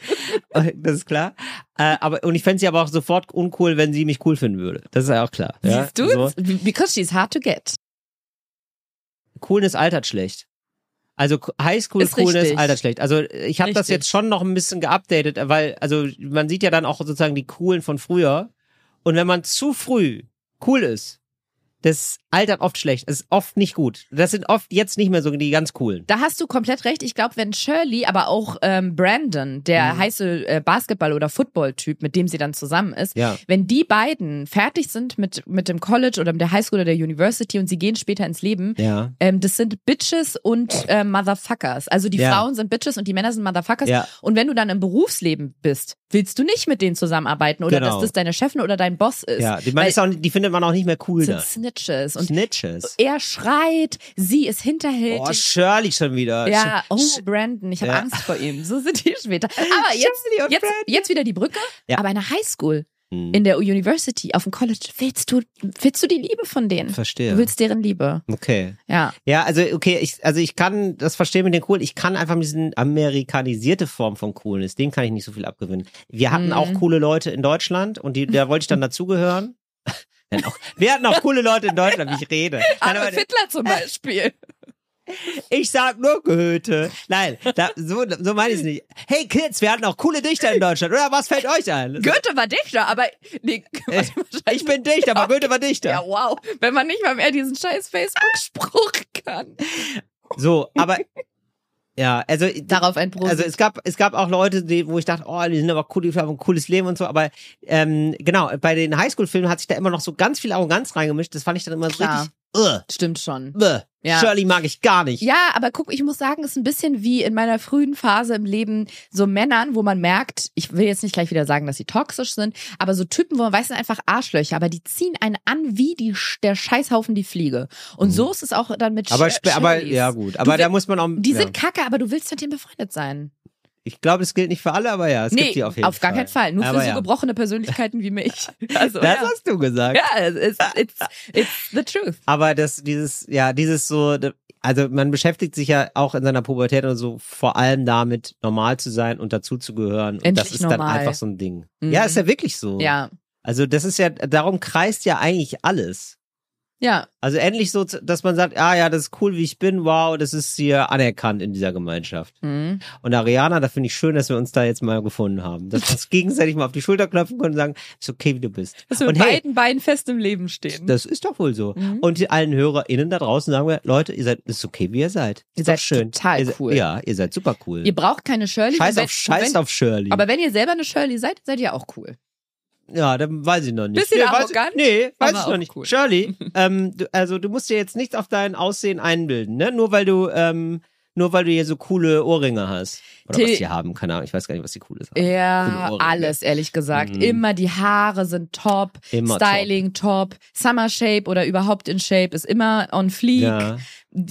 das ist klar. Äh, aber, und ich fände sie aber auch sofort uncool, wenn sie mich cool finden würde. Das ist ja auch klar. Ja?
Siehst du?
So.
Because she's hard to get.
Coolness altert schlecht. Also K- Highschool
Ist
Coolness
richtig.
altert schlecht. Also ich habe das
Richtig.
jetzt schon noch ein bisschen geupdatet, weil also man sieht ja dann auch sozusagen die coolen von früher und wenn man zu früh cool ist, das altert oft schlecht. Es ist oft nicht gut. Das sind oft jetzt nicht mehr so die ganz coolen.
Da hast du komplett recht. Ich glaube, wenn Shirley, aber auch ähm, Brandon,
Mhm.
der heiße äh, Basketball- oder Football-Typ, mit dem sie dann zusammen ist,
Ja.
wenn die beiden fertig sind mit, mit dem College oder mit der Highschool oder der University und sie gehen später ins Leben,
Ja.
ähm, das sind Bitches und äh, Motherfuckers. Also die
Ja.
Frauen sind Bitches und die Männer sind Motherfuckers.
Ja.
Und wenn du dann im Berufsleben bist, willst du nicht mit denen zusammenarbeiten oder
Genau.
dass das deine Chefin oder dein Boss ist.
Ja, die, man
Weil
ist auch, die findet man auch nicht mehr cool
das sind
dann.
Snitches. Und
Snitches.
er schreit, sie ist hinterhältig.
Oh, Shirley schon wieder.
Ja, oh,
Also Sch-
Brandon, ich habe
Ja.
Angst vor ihm. So sind die [LAUGHS] später. Aber jetzt,
Shirley und
jetzt,
Brandon.
jetzt wieder die Brücke.
Ja.
Aber in der Highschool,
Hm.
in der University, auf dem College, willst du, willst du die Liebe von denen?
Verstehe.
Du willst deren Liebe.
Okay.
Ja.
Ja, also okay, ich, also ich kann das verstehen mit den cool. Ich kann einfach mit diesen amerikanisierte Form von Coolness, den kann ich nicht so viel abgewinnen. Wir hatten
Mhm.
auch coole Leute in Deutschland und die, da
[LAUGHS]
wollte ich dann dazugehören. [LAUGHS]
[LAUGHS]
Wir hatten auch coole Leute in Deutschland, wie ich rede. Nein,
Adolf
aber, [LAUGHS]
Hitler zum Beispiel.
Ich sag nur Goethe. Nein, da, so, so meine ich es nicht. Hey Kids, wir hatten auch coole Dichter in Deutschland, oder? Was fällt euch ein?
Goethe war Dichter, aber nee, [LAUGHS]
Äh,
warte mal,
ich bin Dichter, aber Goethe war
ja,
Dichter.
wow. Wenn man nicht mal mehr diesen scheiß Facebook-Spruch kann.
So, aber ja, also
Darauf ein Prost.
Also es gab, es gab auch Leute, die, wo ich dachte, oh, die sind aber cool, die haben ein cooles Leben und so, aber ähm, genau, bei den Highschool-Filmen hat sich da immer noch so ganz viel Arroganz reingemischt. Das fand ich dann immer so
Klar.
richtig. Uh,
Stimmt schon.
bäh.
Ja.
Shirley mag ich gar nicht.
Ja, aber guck, ich muss sagen, ist ein bisschen wie in meiner frühen Phase im Leben so Männern, wo man merkt, ich will jetzt nicht gleich wieder sagen, dass sie toxisch sind, aber so Typen, wo man weiß, sind einfach Arschlöcher, aber die ziehen einen an wie die, Sch- der Scheißhaufen die Fliege. Und so ist es auch dann mit
Mhm. aber,
Sh-
sp- aber
Shirleys.
ja gut, aber
Du
da
will-
muss man auch.
Die
ja.
sind kacke, aber du willst mit denen befreundet sein.
Ich glaube, das gilt nicht für alle, aber ja, es
nee,
gibt die auf jeden
gar
Fall.
keinen Fall. Nur
aber
für so
ja.
gebrochene Persönlichkeiten wie
[LAUGHS]
mich. [LAUGHS] Also,
Das
ja.
hast du gesagt.
ja, it's, it's, it's the truth.
Aber das, dieses, ja, dieses so, also man beschäftigt sich ja auch in seiner Pubertät und so vor allem damit, normal zu sein und dazuzugehören. Und das
Endlich
ist dann
normal.
einfach so ein Ding.
Mhm.
Ja, ist ja wirklich so.
Ja,
Also das ist ja, darum kreist ja eigentlich alles.
ja,
Also endlich so, dass man sagt, ah ja, das ist cool, wie ich bin, wow, das ist hier anerkannt in dieser Gemeinschaft.
mhm.
Und Ariana, da finde ich schön, dass wir uns da jetzt mal gefunden haben. Dass wir uns gegenseitig mal auf die Schulter klopfen können und sagen, ist okay, wie du bist.
Dass wir
und
mit
hey,
beiden Beinen fest im Leben stehen.
das ist doch wohl so.
Mhm.
Und allen HörerInnen da draußen sagen wir, Leute, ihr seid, ist okay, wie ihr seid.
Ihr
Ist doch
seid
schön.
total
ihr, se-
cool.
Ja, ihr seid super cool.
Ihr braucht keine Shirley.
scheiß
wenn-
auf, scheiß
wenn,
auf Shirley.
Aber wenn ihr selber eine Shirley seid, seid ihr auch cool.
Ja, dann weiß ich noch nicht.
Bisschen
nee, weiß,
arrogant,
Nee,
aber
weiß ich
auch
noch nicht.
cool. [LAUGHS]
Shirley, ähm, du, also du musst dir jetzt nicht auf dein Aussehen einbilden, ne? Nur weil du, ähm, nur weil du hier so coole Ohrringe hast. Oder
Till-
was die haben, keine Ahnung. Ich weiß gar nicht, was die cool ist. [LAUGHS] Coole
Ja,
Ohrringe.
alles, ehrlich gesagt.
ne? Mhm.
Immer die Haare sind top,
Immer
Styling top. Summer Shape oder überhaupt in Shape ist immer on fleek.
Ja.
Die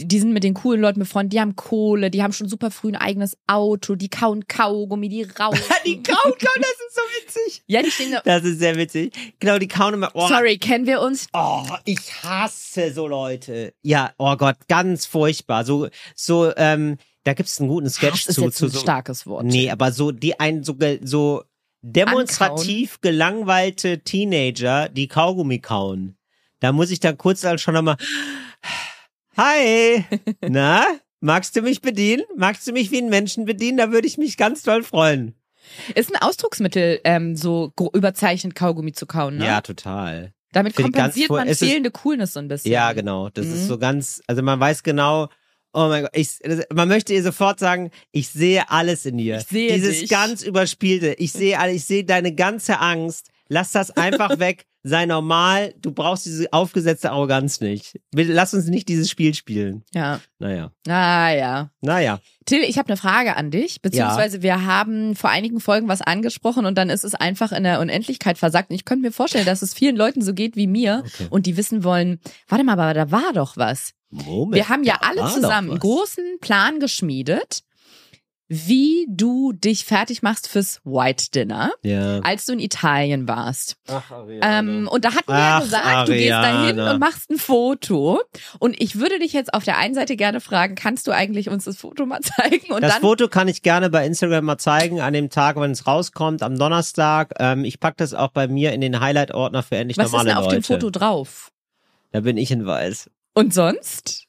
die sind mit den coolen Leuten befreundet, die haben Kohle, die haben schon super früh ein eigenes Auto, die kauen Kaugummi, die rauchen.
[LAUGHS] Die kauen, kauen, Oh, das ist so witzig.
Ja, die stehen da.
Das ist sehr witzig. Genau, die kauen immer. Oh,
Sorry, kennen wir uns?
Oh, ich hasse so Leute. Ja, oh Gott, ganz furchtbar. So, so, ähm, da gibt's einen guten Sketch
Hass ist
zu,
jetzt
zu
ein
so,
starkes Wort.
Nee, aber so, die einen so, ge- so demonstrativ gelangweilte Teenager, die Kaugummi kauen. Da muss ich dann kurz dann schon nochmal,
[LAUGHS]
hi, na, magst du mich bedienen? Magst du mich wie einen Menschen bedienen? Da würde ich mich ganz doll freuen.
Ist ein Ausdrucksmittel, ähm, so gro- überzeichnet Kaugummi zu kauen, ne?
Ja, total.
Damit
Für die ganz
kompensiert
vor-
man
es ist-
fehlende Coolness so ein bisschen.
Ja, genau. Das
Mhm.
ist so ganz, also man weiß genau, oh mein Gott, ich, das, man möchte ihr sofort sagen, ich sehe alles in dir.
Ich sehe
Dieses
dich.
ganz überspielte, ich sehe alle, ich sehe deine ganze Angst. Lass das einfach weg. Sei normal. Du brauchst diese aufgesetzte Arroganz nicht. Bitte lass uns nicht dieses Spiel spielen.
Ja.
Naja.
Ah, ja.
Naja.
Till, ich habe eine Frage an dich, beziehungsweise wir haben vor einigen Folgen was angesprochen und dann ist es einfach in der Unendlichkeit versagt. Und ich könnte mir vorstellen, dass es vielen Leuten so geht wie mir und die wissen wollen, warte mal, aber da war doch was.
Moment.
Wir haben ja
da
alle
war
zusammen
doch
einen
was.
großen Plan geschmiedet, wie du dich fertig machst fürs White Dinner,
Ja.
als du in Italien warst.
Ach,
Ähm, und da hatten wir ja
Ach,
gesagt, du gehst dahin
Ariana.
und machst ein Foto. Und ich würde dich jetzt auf der einen Seite gerne fragen, kannst du eigentlich uns das Foto mal zeigen? Und
das
dann
Foto kann ich gerne bei Instagram mal zeigen, an dem Tag, wenn es rauskommt, am Donnerstag. Ähm, ich packe das auch bei mir in den Highlight-Ordner für endlich
Was ist
normale
denn auf
Leute.
dem Foto drauf?
Da bin ich in Weiß.
Und sonst?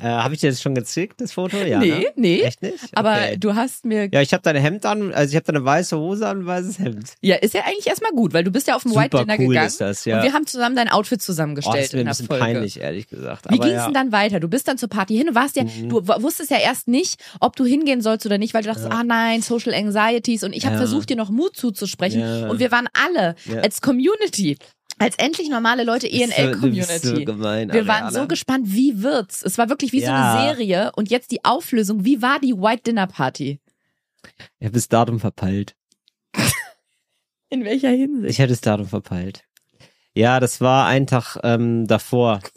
Äh, habe ich dir das schon gezickt, das Foto? Ja,
nee,
ne?
nee.
Echt nicht?
Aber
Okay.
du hast mir. Ja.
Ja, ich habe dein Hemd an, also ich habe deine weiße Hose an, weißes Hemd.
ist ja eigentlich erstmal gut, weil du bist ja auf dem White
Super
Dinner
cool
gegangen.
ist das, ja.
Und wir haben zusammen dein Outfit
oh, das
zusammengestellt
ist mir
in
ein
der
bisschen
Folge.
peinlich, ehrlich gesagt.
Wie
Aber
ging's
ja.
denn
Mhm.
dann weiter? Du bist dann zur Party hin. Du warst ja, du w- wusstest ja erst nicht, ob du hingehen sollst oder nicht, weil du dachtest, ah nein, Social Anxieties. Und ich habe
Ja.
versucht, dir noch Mut zuzusprechen.
Ja.
Und wir waren alle
Ja.
als Community, als endlich normale Leute,
Bist du- du bist
ENL-Community.
so gemein,
E
ne?
Wir waren
Ariana.
so gespannt, wie wird's? Es war wirklich wie so
Ja.
eine Serie. Und jetzt die Auflösung. Wie war die White Dinner Party?
Ich habe das Datum verpeilt.
In welcher Hinsicht?
Ich hatte das Datum verpeilt. Ja, das war ein Tag ähm, davor.
[LAUGHS]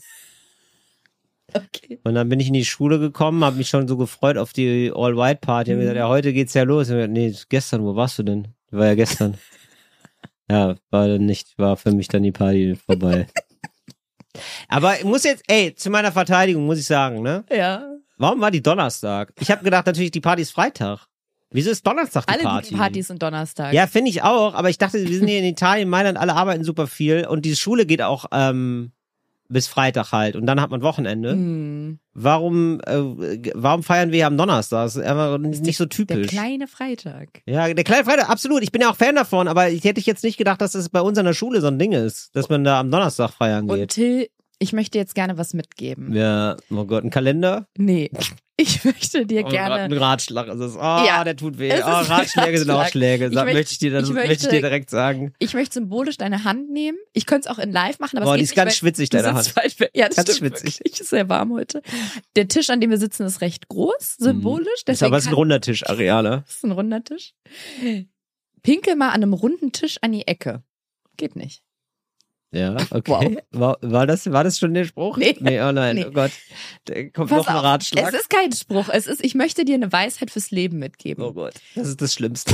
Okay.
Und dann bin ich in die Schule gekommen, habe mich schon so gefreut auf die All-White-Party. Hab gesagt,
Mhm.
ja, heute geht's ja los. Und ich hab gesagt, nee, gestern, wo warst du denn? War ja
[LAUGHS]
gestern. ja, war dann nicht, war für mich dann die Party
[LAUGHS]
vorbei. Aber ich muss jetzt, ey, zu meiner Verteidigung muss ich sagen, ne?
Ja.
Warum war die Donnerstag? Ich habe gedacht, natürlich, die Party ist Freitag. Wieso ist Donnerstag die
Alle
Party?
guten Partys sind Donnerstag.
Ja, finde ich
[LAUGHS]
auch, aber ich dachte, wir sind hier in Italien, Mailand, alle arbeiten super viel und die Schule geht auch ähm, bis Freitag halt und dann hat man Wochenende.
Hm.
Warum, äh, g- warum feiern wir am Donnerstag? Das ist einfach
Ist
nicht so
Der
typisch.
kleine Freitag.
ja, der kleine Freitag, absolut. Ich bin ja auch Fan davon, aber ich hätte ich jetzt nicht gedacht, dass das bei uns an der Schule so ein Ding ist, dass man da am Donnerstag feiern
Und
geht.
Till, ich möchte jetzt gerne was mitgeben.
ja, oh Gott, ein Kalender?
Nee, [LAUGHS] ich möchte dir
Oh, Rat-
gerne.
Ein Ratschlag ist es. Oh, ja,
Ja,
der tut weh. Oh,
es ist ein
Ratschläge sind
Ratschlag.
Ausschläge.
Ich
Das
möchte-
möchte ich dir, dann,
ich
möchte, ich
möchte-
dir direkt sagen.
Ich möchte symbolisch deine Hand neine. Ich könnte es auch in live machen, aber
Boah,
es
die
geht
ist
nicht,
ganz
weil-
schwitzig,
Wir
deine
sind
Hand.
zwei Schw- Ja, das
Ganz
stimmt
schwitzig.
wirklich. Ist sehr warm heute. Der Tisch, an dem wir sitzen, ist recht groß, symbolisch.
Das Mhm. ist
Deswegen
aber es ist ein
kann-
runder Tisch, Areale.
ist ein runder Tisch. Pinkel mal an einem runden Tisch an die Ecke. Geht nicht. [LAUGHS]
Ja, okay. War, war, das, war das schon der Spruch?
Nee.
nee oh nein,
Nee.
oh Gott. Da kommt
Pass
noch ein
auf,
Ratschlag.
Es ist kein Spruch. Es ist, ich möchte dir eine Weisheit fürs Leben mitgeben.
oh Gott. Das ist
[LAUGHS]
das Schlimmste.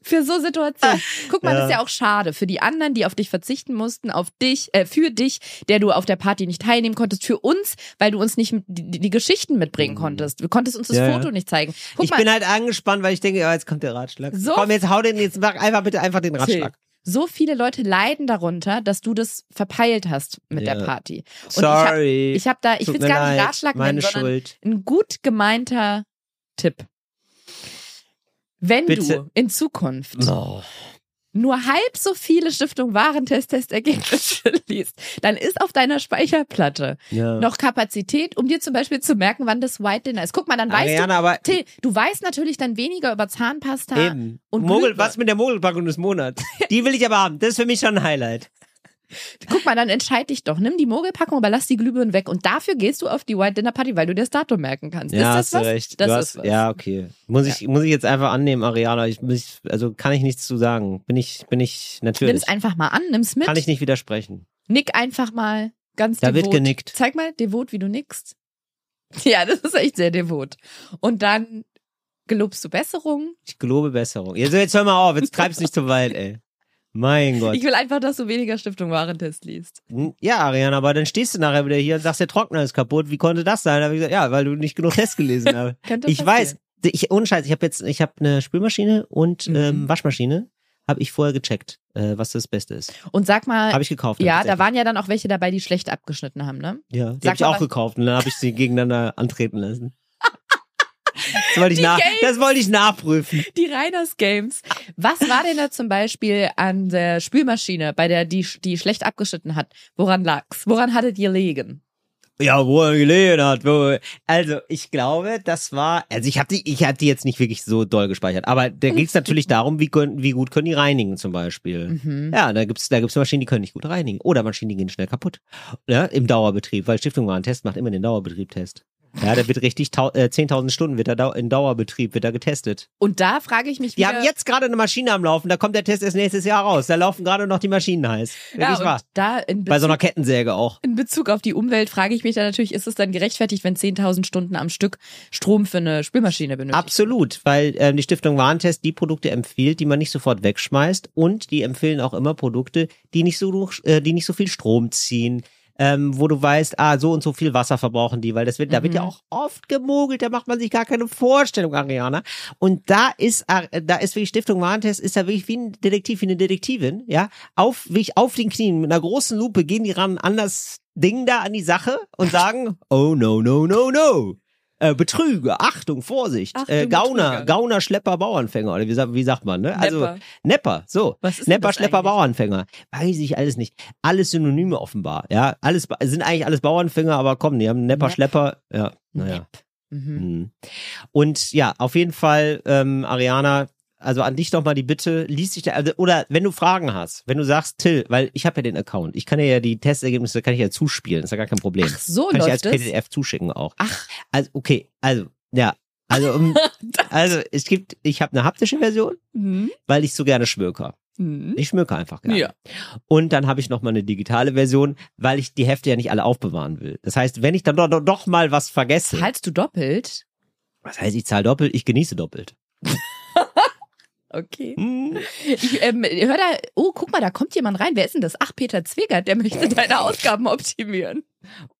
Für so
[LAUGHS]
Situationen. Guck mal,
Ja.
das ist ja auch schade. Für die anderen, die auf dich verzichten mussten, auf dich, äh, für dich, der du auf der Party nicht teilnehmen konntest, für uns, weil du uns nicht mit- die, die Geschichten mitbringen konntest. Du konntest uns das
Mhm. Ja, ja.
Foto nicht zeigen. Guck
ich
mal,
bin halt angespannt, weil ich denke, ja, jetzt kommt der Ratschlag.
So-
Komm, jetzt hau den, jetzt mach einfach bitte einfach den
Till,
Ratschlag.
So viele Leute leiden darunter, dass du das verpeilt hast mit
Ja.
der Party. Und
Sorry.
Ich habe hab da, ich
Tut
will
mir
es gar nicht
leid.
Ratschlag
Meine
nennen, sondern
Schuld.
ein gut gemeinter Tipp. Wenn
Bitte.
du in Zukunft
[LAUGHS] Oh.
nur halb so viele Stiftung Warentests-Testergebnisse [LAUGHS] liest, dann ist auf deiner Speicherplatte
Ja.
noch Kapazität, um dir zum Beispiel zu merken, wann das White Dinner ist. Guck mal, dann weißt
Ariana, aber
du, Till, du weißt natürlich dann weniger über Zahnpasta.
Eben.
und
Mogel,
Glühwein.
was mit der Mogelpackung
[LAUGHS]
des Monats? Die will ich aber haben. Das ist für mich schon ein Highlight.
Guck mal, dann entscheid dich doch. Nimm die Mogelpackung, aber lass die Glühbirnen weg. Und dafür gehst du auf die White Dinner Party, weil du dir das Datum merken kannst. ist das was? Das
du
ist
hast,
was.
ja, okay. Muss ich, muss ich jetzt einfach annehmen, Ariana. Ich, muss, also kann ich nichts zu sagen. Bin ich, bin ich
Nimm
natürlich.
es einfach mal an, nimm's mit.
Kann ich nicht widersprechen.
Nick einfach mal ganz
Da
devot.
wird genickt.
Zeig mal devot, wie du nickst. [LAUGHS] Ja, das ist echt sehr devot. Und dann gelobst du Besserung.
Ich gelobe Besserung. Jetzt, jetzt hör mal auf, jetzt treib's nicht zu weit, ey. Mein Gott.
Ich will einfach, dass du weniger Stiftung Warentest liest.
Hm? Ja, Ariana, aber dann stehst du nachher wieder hier und sagst, der Trockner ist kaputt. Wie konnte das sein? Da hab ich gesagt, ja, weil du nicht genug
[LAUGHS]
Test gelesen hast.
Könnte
Ich
passieren.
weiß, ich, ohne Scheiß, ich habe jetzt, ich habe eine Spülmaschine und
Mhm.
ähm, Waschmaschine, habe ich vorher gecheckt, äh, was das Beste ist.
Und sag mal,
Habe ich gekauft.
Äh, ja, da
tatsächlich.
waren ja dann auch welche dabei, die schlecht abgeschnitten haben, ne?
Ja, die
Sag
habe ich
mal
auch
was-
gekauft und dann habe
[LAUGHS]
ich sie gegeneinander antreten lassen. Das wollte ich,
Die
nach,
Games.
das wollte ich nachprüfen.
Die Reiners Games. Was war denn da zum Beispiel an der Spülmaschine, bei der die, die schlecht abgeschnitten hat? Woran lag's? Woran hattet ihr liegen?
Ja, wo er gelegen hat. Wo er, also, ich glaube, das war, also ich habe die, ich habe die jetzt nicht wirklich so doll gespeichert, aber da geht's natürlich darum, wie, können, wie gut können die reinigen zum Beispiel.
Mhm.
Ja, da gibt's da gibt's Maschinen, die können nicht gut reinigen. Oder Maschinen, die gehen schnell kaputt. Ja, Im Dauerbetrieb, weil Stiftung Warentest macht immer den Dauerbetriebtest. Ja, da wird richtig tau- äh, 10.000 Stunden wird da dau- in Dauerbetrieb wird da getestet.
Und da frage ich mich,
Die
wieder,
haben jetzt gerade eine Maschine am Laufen, da kommt der Test erst nächstes Jahr raus. Da laufen gerade noch die Maschinen heiß.
ja,
Wirklich wahr.
und da in
Bei
Bezug,
so einer Kettensäge auch.
in Bezug auf die Umwelt frage ich mich dann natürlich, ist es dann gerechtfertigt, wenn 10.000 Stunden am Stück Strom für eine Spülmaschine benötigt?
Absolut, weil ähm, die Stiftung Warentest die Produkte empfiehlt, die man nicht sofort wegschmeißt und die empfehlen auch immer Produkte, die nicht so durch, äh, die nicht so viel Strom ziehen. Ähm, wo du weißt, ah, so und so viel Wasser verbrauchen die, weil das wird, da wird ja auch oft gemogelt, da macht man sich gar keine Vorstellung, Ariana. Und da ist, Ar- äh, da ist wirklich Stiftung Warentest, ist da wirklich wie ein Detektiv, wie eine Detektivin, ja, auf, wirklich auf den Knien, mit einer großen Lupe gehen die ran an das Ding da, an die Sache und sagen, oh no, no, no, no. Äh, Betrüger, Achtung, Vorsicht,
Achtung,
äh, Gauner,
Betrüger. ne?
Gauner, Schlepper, Bauernfänger, oder wie, sa- wie sagt man, ne? Also,
Nepper.
Nepper, so.
Was ist denn
Nepper,
das
Schlepper,
eigentlich?
Bauernfänger. Weiß ich alles nicht. Alles Synonyme offenbar, ja. Alles, ba- sind eigentlich alles Bauernfänger, aber komm, die haben Nepper,
Nepp.
Schlepper,
Hm.
ja, naja.
Nepp. Mhm.
Mhm. Und ja, auf jeden Fall, ähm, Ariana, also an dich nochmal die Bitte, lies dich da, also, oder wenn du Fragen hast, wenn du sagst, Till, weil ich habe ja den Account, ich kann dir ja die Testergebnisse, kann ich ja zuspielen, ist ja gar kein Problem.
Ach, so
kann ich als
Oh, läuft es.
PDF zuschicken auch.
Ach.
Also, okay, also, ja, also,
[LAUGHS]
um, also es gibt, ich habe eine haptische Version,
Mhm.
weil ich so gerne schmöker.
Mhm.
Ich schmöke einfach gerne.
Ja.
Und dann habe ich nochmal eine digitale Version, weil ich die Hefte ja nicht alle aufbewahren will. Das heißt, wenn ich dann doch, doch, doch mal was vergesse,
Zahlst du doppelt?
das heißt, ich zahle doppelt, ich genieße doppelt. [LAUGHS]
Okay.
Hm.
Ich, ähm,
[LAUGHS]
hör da, oh, guck mal, da kommt jemand rein. Wer ist denn das? Ach, Peter Zwegert, der möchte deine Ausgaben optimieren.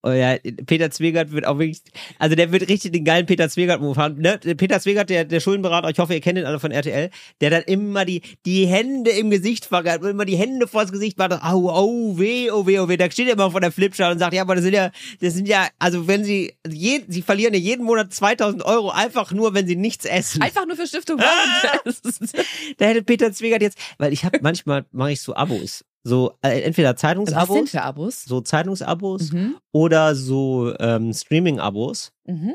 Oh ja, Peter Zwegert wird auch wirklich, also der wird richtig den geilen Peter Zwegert-Move haben. Ne? Peter Zwegert, der, der Schuldenberater, ich hoffe, ihr kennt ihn alle von RTL, der dann immer die, die Hände im Gesicht vergab, immer die Hände vors Gesicht macht, au, au, weh, oh, weh, oh, weh. Da steht er immer vor der Flipchart und sagt, ja, aber das sind ja, das sind ja, also wenn sie, je, sie verlieren ja jeden Monat 2000 Euro einfach nur, wenn sie nichts essen.
Einfach nur für Stiftung.
[LAUGHS] Da hätte Peter Zwegert jetzt, weil ich habe manchmal mache ich so Abos, so äh, entweder
Also Was sind
Zeitungsabos,
für Abos?
so Zeitungsabos
Mhm.
oder so ähm, Streaming-Abos
Mhm.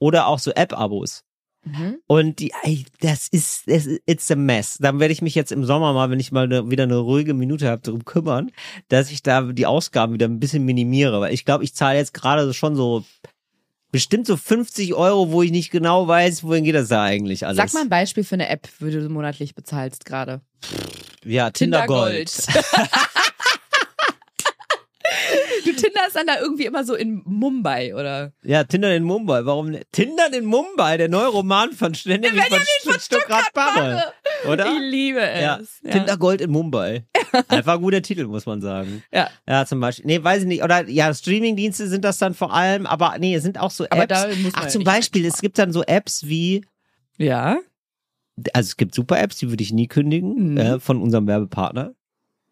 oder auch so App-Abos.
Mhm.
Und die, ey, das ist, das ist, it's a mess. Dann werde ich mich jetzt im Sommer mal, wenn ich mal ne, wieder eine ruhige Minute habe, darum kümmern, dass ich da die Ausgaben wieder ein bisschen minimiere. Weil ich glaube, ich zahle jetzt gerade so schon so bestimmt so 50 Euro, wo ich nicht genau weiß, wohin geht Also das da eigentlich alles.
Sag mal ein Beispiel für eine App, wo du monatlich bezahlst gerade.
ja, Tinder Gold. [LAUGHS]
du tinderst dann da irgendwie immer so in Mumbai, oder?
Ja, Tinder in Mumbai. Warum? ne- Tinder in Mumbai, der neue Roman von Ständig von, von Stuttgart Barre.
Ich
Oder?
liebe
Ja.
es. Ja.
Tinder Gold
[LAUGHS]
in Mumbai. Einfach ein guter Titel, muss man sagen.
Ja.
Ja, zum Beispiel. Nee, weiß ich nicht. Oder ja, Streamingdienste sind das dann vor allem, aber nee, es sind auch so Apps.
Aber da muss man
Ach,
ja
zum
nicht
Beispiel, es gibt dann so Apps wie,
ja.
also es gibt super Apps, die würde ich nie kündigen,
Mhm.
äh, von unserem Werbepartner.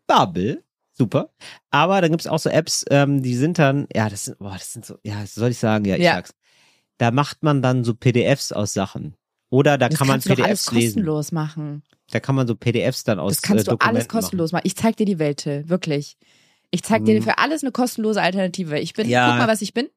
Babel. Super. Aber dann gibt es auch so Apps, ähm, die sind dann, ja, das sind, boah, das sind so, ja, was soll ich sagen, ja, ich
Ja.
sag's. Da macht man dann so PDFs aus Sachen. Oder da
Das
kann man
kannst du doch alles
PDFs lesen.
kostenlos machen.
Da kann man so PDFs dann aus
Das kannst
äh,
du alles
Dokumenten
kostenlos machen. Ich zeig dir die Welt, Till. Wirklich. Ich zeig dir
Hm.
für alles eine kostenlose Alternative. Ich bin,
Ja.
guck mal, was ich bin.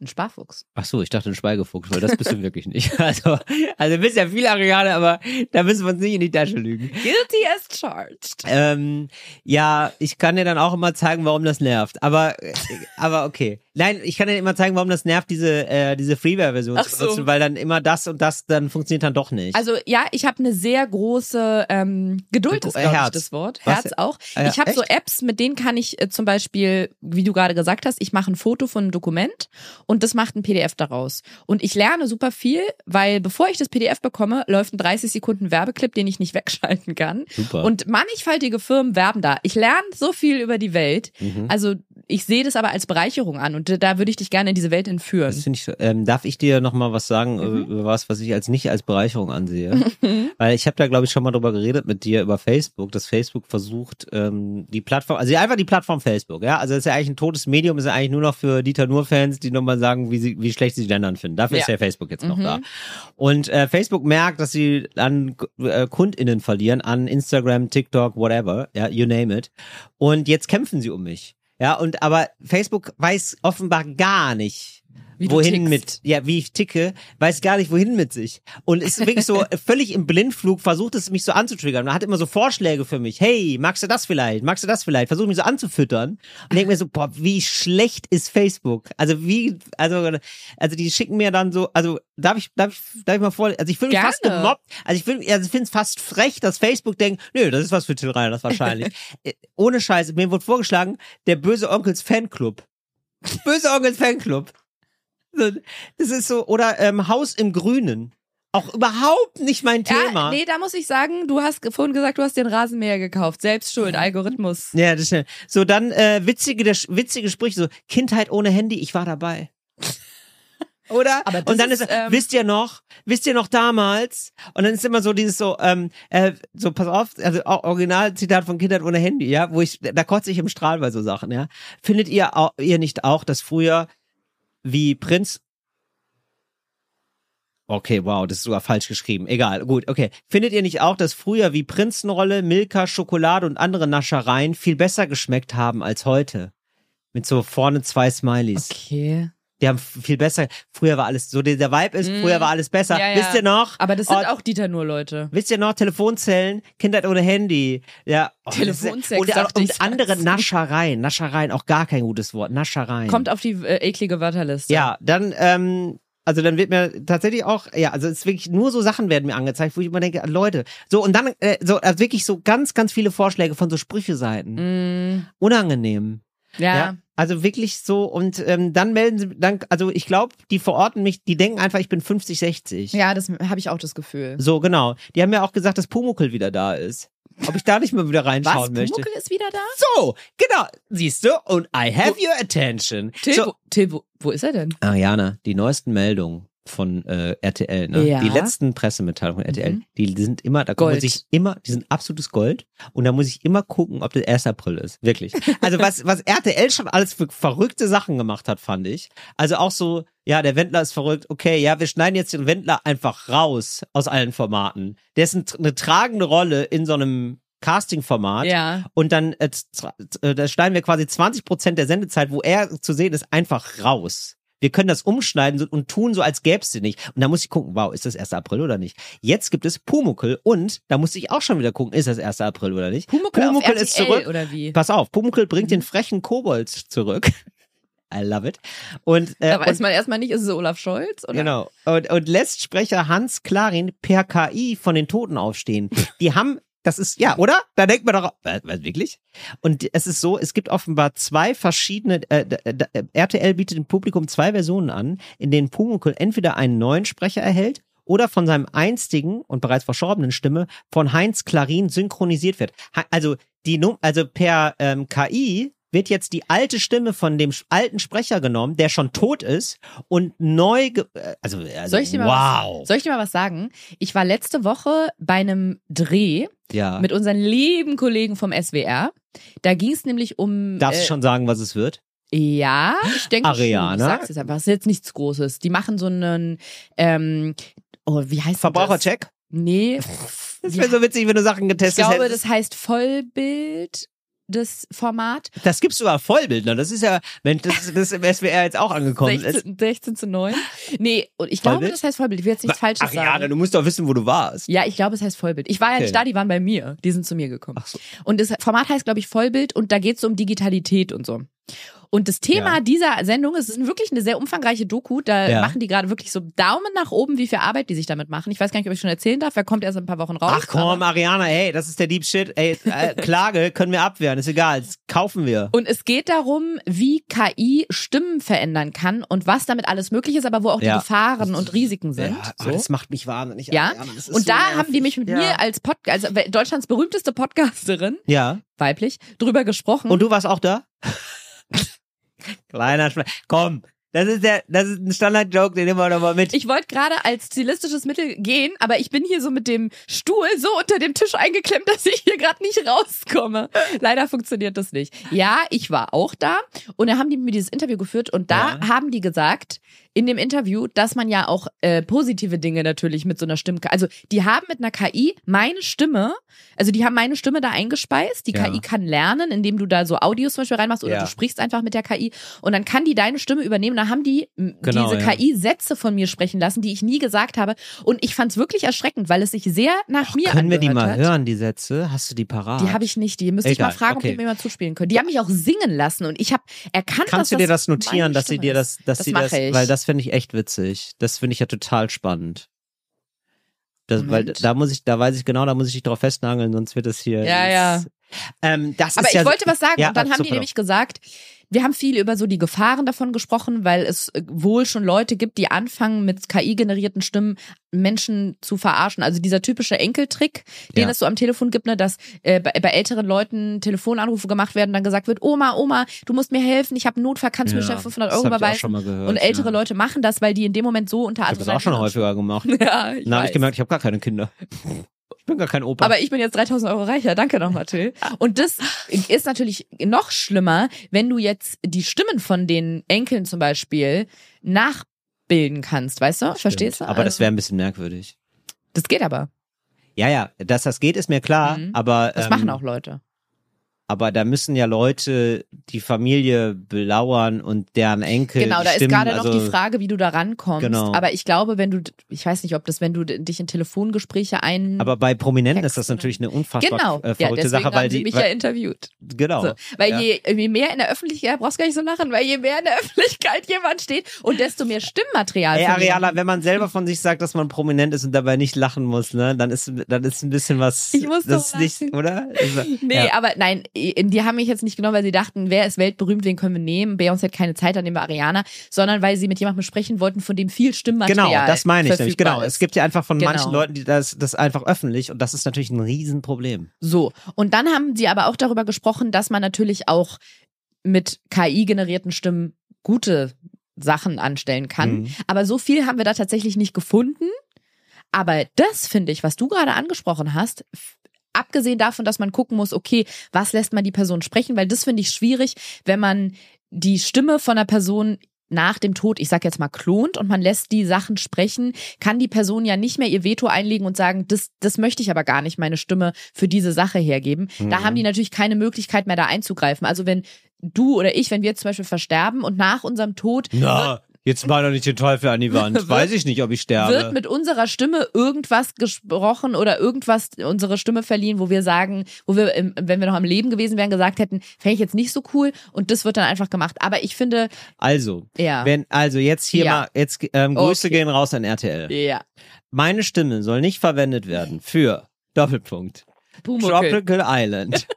Ein Sparfuchs.
Ach so, ich dachte ein Schweigefuchs, weil das bist du wirklich nicht. [LAUGHS] Also, also du bist ja viel Ariane, aber da müssen wir uns nicht in die Tasche lügen.
Guilty as charged.
Ähm, ja, ich kann dir dann auch immer zeigen, warum das nervt. Aber, äh, aber okay. Nein, ich kann dir immer zeigen, warum das nervt, diese, äh, diese Freeware-Version
Ach
zu
so.
benutzen, weil dann immer das und das dann funktioniert dann doch nicht.
Also ja, ich habe eine sehr große ähm, Geduld,
Gro-
ist
äh,
glaube ich
Herz.
das Wort.
Was?
Herz auch.
Ah ja,
ich habe so
echt?
Apps, mit denen kann ich äh, zum Beispiel, wie du gerade gesagt hast, ich mache ein Foto von einem Dokument und das macht ein PDF daraus. Und ich lerne super viel, weil bevor ich das PDF bekomme, läuft ein 30 Sekunden Werbeclip, den ich nicht [LAUGHS] wegschalten kann.
Super.
Und mannigfaltige Firmen werben da. Ich lerne so viel über die Welt.
Mhm.
Also ich sehe das aber als Bereicherung an und da würde ich dich gerne in diese Welt entführen.
Das finde ich, so- ähm, darf ich dir nochmal was sagen, äh, über was, was ich als nicht als Bereicherung ansehe? Weil ich habe da, glaube ich, schon mal drüber geredet mit dir über Facebook, dass Facebook versucht, ähm, die Plattform, also einfach die Plattform Facebook, ja. Also das ist ja eigentlich ein totes Medium, ist ja eigentlich nur noch für Dieter Nur-Fans, die nochmal sagen, wie, sie, wie schlecht sie die anderen finden. Dafür ist
Ja.
ja Facebook jetzt noch da. Und äh, Facebook merkt, dass sie an äh, KundInnen verlieren, an Instagram, TikTok, whatever, ja, you name it. Und jetzt kämpfen sie um mich. Ja, und aber Facebook weiß offenbar gar nicht,
Wie du
wohin
tickst.
mit, ja, wie ich ticke, weiß gar nicht, wohin mit sich. Und ist wirklich
[LAUGHS]
so völlig im Blindflug, versucht es mich so anzutriggern. Man hat immer so Vorschläge für mich. Hey, magst du das vielleicht? Magst du das vielleicht? Versucht mich so anzufüttern. Und denke mir so, boah, wie schlecht ist Facebook? Also wie, also, also die schicken mir dann so, also darf ich, darf ich, darf ich mal vor, also ich fühle mich
Gerne.
fast gemobbt. Also ich finde, also ich finde es fast frech, dass Facebook denkt, nö, das ist was für Till
[LAUGHS]
Reiners wahrscheinlich. Äh, Ohne Scheiß, mir wurde vorgeschlagen, der böse Onkels Fanclub. Böse Onkels Fanclub. So, Das ist so, oder ähm, Haus im Grünen. Auch überhaupt nicht mein
Ja,
Thema.
nee, da muss ich sagen, du hast ge- vorhin gesagt, du hast den Rasenmäher gekauft. Selbst schuld, Algorithmus.
Ja, das stimmt. So, dann äh, witzige, der, witzige Sprüche, so Kindheit ohne Handy, ich
[LAUGHS]
war dabei. Oder?
Aber das
und dann
ist,
ist,
ähm,
wisst ihr noch, wisst ihr noch damals? Und dann ist immer so dieses so, ähm, äh, so pass auf, also auch Originalzitat von Kindheit ohne Handy, ja, wo ich, da kotze ich im Strahl bei so Sachen, ja. Findet ihr auch, ihr nicht auch, dass früher wie Prinz Okay, wow, das ist sogar falsch geschrieben. Egal, gut, okay. Findet ihr nicht auch, dass früher wie Prinzenrolle, Milka, Schokolade und andere Naschereien viel besser geschmeckt haben als heute? Mit so vorne zwei Smileys.
Okay.
Die haben f- viel besser. Früher war alles so, der der Vibe ist,
Mm.
früher war alles besser.
Ja, ja.
Wisst ihr noch?
Aber das sind
Oh,
auch Dieter nur Leute.
Wisst ihr noch, Telefonzellen, Kindheit ohne Handy, ja. Oh, das ist-
Telefonsex,
Und,
dachte ich
und andere
jetzt.
Naschereien. Naschereien, auch gar kein gutes Wort. Naschereien.
Kommt auf die äh, eklige Wörterliste.
Ja, dann, ähm, also dann wird mir tatsächlich auch, ja, also es ist wirklich nur so Sachen werden mir angezeigt, wo ich immer denke, Leute, so und dann äh, so also wirklich so ganz, ganz viele Vorschläge von so Sprücheseiten.
Mm,
Unangenehm.
ja.
Ja. Also wirklich so und ähm, dann melden sie, dann, also ich glaube, die verorten mich, die denken einfach, ich bin 50, 60.
Ja, das habe ich auch das Gefühl.
So, genau. Die haben ja auch gesagt, dass Pumuckl wieder da ist. ob ich da nicht mal wieder
Was?
reinschauen möchte.
Pumuckl ist wieder da?
So, genau, siehst du, und I have your attention.
Till,
So,
wo, Till wo, wo ist er denn?
Ariana, die neuesten Meldungen von äh, RTL, ne?
Ja.
die letzten Pressemitteilungen von RTL,
Mhm.
die sind immer, da
Gold.
muss ich immer, die sind absolutes Gold und da muss ich immer gucken, ob das 1. April ist, wirklich. Also was, was RTL schon alles für verrückte Sachen gemacht hat, fand ich. Also auch so, ja, der Wendler ist verrückt, okay, ja, wir schneiden jetzt den Wendler einfach raus aus allen Formaten. Der ist ein, eine tragende Rolle in so einem Casting-Format
Ja.
und dann äh, tra- äh, da schneiden wir quasi 20 Prozent der Sendezeit, wo er zu sehen ist, einfach raus. Wir können das umschneiden so- und tun so, als gäbe es den nicht. Und da muss ich gucken, wow, ist das 1. April oder nicht? Jetzt gibt es Pumuckel und da muss ich auch schon wieder gucken, ist das 1. April oder nicht?
Pumuckl, auf
Pumuckl
RTL
ist zurück.
oder wie? Mhm.
Pass auf, Pumuckel bringt den frechen Kobold zurück. [LAUGHS] I love it. Und, äh,
Da weiß
und
man erstmal nicht, ist es Olaf Scholz? Oder?
Genau. Und, und lässt Sprecher Hans Klarin per KI von den Toten aufstehen. Die haben, das ist, ja, oder? Da denkt man doch, was, was, wirklich? Und es ist so, es gibt offenbar zwei verschiedene, äh, d- d- RTL bietet dem Publikum zwei Versionen an, in denen Pumuckl entweder einen neuen Sprecher erhält oder von seinem einstigen und bereits verstorbenen Stimme von Heinz Klarin synchronisiert wird. Ha- Also die Num also per ähm, KI wird jetzt die alte Stimme von dem sch- alten Sprecher genommen, der schon tot ist und neu ge äh, also, also
Soll ich, dir mal
wow.
was, soll ich dir mal was sagen? Ich war letzte Woche bei einem Dreh
ja.
[LAUGHS] mit unseren lieben Kollegen vom SWR. Da ging es nämlich um.
Darfst
äh,
du schon sagen, was es wird?
Ja, ich denke schon.
Ariana?
Ich sag's jetzt einfach. Es ist jetzt nichts Großes. Die machen so einen. Ähm, oh, wie heißt das?
Verbrauchercheck?
Nee.
[LAUGHS] Das
Ja,
wäre so witzig, wenn du Sachen
ich
getestet
glaube,
hättest.
das heißt Vollbild, das Format.
Das, gibt's sogar Vollbildner. ne? Das ist ja, Mensch, das ist, das ist im SWR jetzt auch angekommen. Es-
16, 16 zu 9. Nee, und ich glaube,
Vollbild?
das heißt Vollbild. Ich will jetzt nichts Falsches
Ariana,
sagen.
du musst doch wissen, wo du warst.
Ja, ich glaube, es heißt Vollbild. Ich war ja
Okay.
nicht da, die waren bei mir. Die sind zu mir gekommen.
Ach so.
Und das Format heißt, glaube ich, Vollbild und da geht es um Digitalität und so. Und das Thema
Ja.
dieser Sendung es ist wirklich eine sehr umfangreiche Doku. Da
Ja.
machen die gerade wirklich so Daumen nach oben, wie viel Arbeit die sich damit machen. Ich weiß gar nicht, ob ich schon erzählen darf. Wer kommt erst in ein paar Wochen raus?
Ach komm,
aber-
Ariana, ey, das ist der Deep Shit. Ey, äh, Klage können wir abwehren, ist egal. Das kaufen wir.
Und es geht darum, wie KI Stimmen verändern kann und was damit alles möglich ist, aber wo auch
Ja.
die Gefahren und Risiken sind.
Ja, oh,
so.
Das macht mich wahnsinnig.
Ja,
Ariana, das ist
und
so
da
nervig.
haben die mich mit
ja.
mir als Podcast, also Deutschlands berühmteste Podcasterin,
Ja.
weiblich, drüber gesprochen.
Und du warst
[LAUGHS]
auch da? Kleiner Schmerz. Komm, das ist der, das ist ein Standard-Joke, den nehmen wir doch mal mit.
Ich wollte gerade als stilistisches Mittel gehen, aber ich bin hier so mit dem Stuhl so unter dem Tisch eingeklemmt, [LAUGHS] dass ich hier gerade nicht rauskomme. Leider funktioniert das nicht. Ja, ich war auch da und da haben die mir dieses Interview geführt und da
Ja.
haben die gesagt, in dem Interview, dass man ja auch äh, positive Dinge natürlich mit so einer Stimme, also die haben mit einer KI meine Stimme, also die haben meine Stimme da eingespeist, die
Ja.
KI kann lernen, indem du da so Audios zum Beispiel reinmachst oder
Ja.
du sprichst einfach mit der KI und dann kann die deine Stimme übernehmen, dann haben die m,
Genau,
diese
ja.
KI Sätze von mir sprechen lassen, die ich nie gesagt habe. Und ich fand es wirklich erschreckend, weil es sich sehr nach mir
Können wir die
angehört
mal
hat.
hören, die Sätze? Hast du die parat?
Die habe ich nicht, die müsste
Egal,
ich mal fragen,
okay.
ob die mir mal zuspielen können. Die haben mich auch singen lassen und ich habe erkannt, dass
Kannst du dir das notieren,
meine
dass sie
Stimme
dir
ist.
das, dass
Das
sie das,
mache ich.
weil das finde ich echt witzig. Das finde ich ja total spannend. Das, weil
Moment.
da muss ich, da weiß ich genau, da muss ich dich drauf festnageln, sonst wird das hier.
Ja, ja.
Ähm, das
Aber
ist
ich
ja,
wollte was sagen
Ja,
und dann
ach,
haben die
super.
nämlich gesagt, wir haben viel über so die Gefahren davon gesprochen, weil es äh, wohl schon Leute gibt, die anfangen mit KI-generierten Stimmen Menschen zu verarschen. Also dieser typische Enkeltrick, den
Ja.
es so am Telefon gibt, ne, dass äh, bei, bei älteren Leuten Telefonanrufe gemacht werden, dann gesagt wird, Oma, Oma, du musst mir helfen, ich habe einen Notfall, kannst du mir
Ja,
schnell 500
das
Euro
hab ich auch
überweisen?
schon mal gehört,
und ältere
ja.
Leute machen das, weil die in dem Moment so unter
Ich habe das
Adrenalin
auch schon
und- [LAUGHS]
häufiger gemacht.
Ja, ich
Dann habe
weiß.
ich gemerkt, ich habe gar keine
[LAUGHS]
Kinder. Ich bin gar kein Opa.
Aber ich bin jetzt 3000 Euro reicher. Danke nochmal, Till. Und das ist natürlich noch schlimmer, wenn du jetzt die Stimmen von den Enkeln zum Beispiel nachbilden kannst, weißt du? Verstehst du?
Aber das
Also,
wäre ein bisschen merkwürdig.
das geht aber.
Ja, ja, dass das geht, ist mir klar.
Mhm.
Aber
Das
ähm,
machen auch Leute.
Aber da müssen ja Leute die Familie belauern und deren Enkel.
Genau,
die
da ist
Stimmen,
gerade
also,
noch die Frage, wie du da rankommst.
Genau.
Aber ich glaube, wenn du, ich weiß nicht, ob das, wenn du dich in Telefongespräche ein...
Aber bei Prominenten ist das
Texte.
natürlich eine unfassbar
genau,
äh,
ja,
verrückte
deswegen
Sache, weil
haben sie
die.
mich ja
weil,
interviewt.
genau.
So, weil
ja.
je, je mehr in der Öffentlichkeit, brauchst gar nicht so lachen, weil je mehr in der Öffentlichkeit jemand steht und desto mehr Stimmmaterial.
Ey,
von jemandem
Ariana, wenn man selber von sich sagt, dass man prominent ist und dabei nicht lachen muss, ne, dann ist dann ist ein bisschen was.
Ich muss
das
doch
ist nicht,
lachen. [LAUGHS]
oder? Das ist-
Nee,
ja.
aber nein, in die haben mich jetzt nicht genommen, weil sie dachten, wer ist weltberühmt, wen können wir nehmen? Beyoncé hat keine Zeit, dann nehmen wir Ariana, sondern weil sie mit jemandem sprechen wollten, von dem viel Stimmmaterial
Genau, das meine ich nämlich.
verfügbar
Genau,
ist.
es gibt ja einfach von
Genau.
manchen Leuten, die das, das einfach öffentlich und das ist natürlich ein Riesenproblem.
So, und dann haben sie aber auch darüber gesprochen, dass man natürlich auch mit KI-generierten Stimmen gute Sachen anstellen kann.
Mhm.
Aber so viel haben wir da tatsächlich nicht gefunden. Aber das finde ich, was du gerade angesprochen hast, f- abgesehen davon, dass man gucken muss, okay, was lässt man die Person sprechen, weil das finde ich schwierig, wenn man die Stimme von einer Person nach dem Tod, ich sag jetzt mal, klont und man lässt die Sachen sprechen, kann die Person ja nicht mehr ihr Veto einlegen und sagen, das, das möchte ich aber gar nicht, meine Stimme für diese Sache hergeben. Da
Mhm.
haben die natürlich keine Möglichkeit mehr da einzugreifen. Also wenn du oder ich, wenn wir zum Beispiel versterben und nach unserem Tod
Na, jetzt mal doch nicht den Teufel an die
[LAUGHS]
Wand.
Wird-
Weiß ich nicht, ob ich sterbe.
wird mit unserer Stimme irgendwas gesprochen oder irgendwas unsere Stimme verliehen, wo wir sagen, wo wir, im- wenn wir noch am Leben gewesen wären, gesagt hätten, fände ich jetzt nicht so cool und das wird dann einfach gemacht. Aber ich finde,
also,
ja,
wenn, also jetzt hier
Ja.
mal, jetzt ähm, Grüße
Okay.
gehen raus an RTL.
ja,
Meine Stimme soll nicht verwendet werden für Doppelpunkt.
Pumuckl,
Tropical
[LAUGHS]
Island.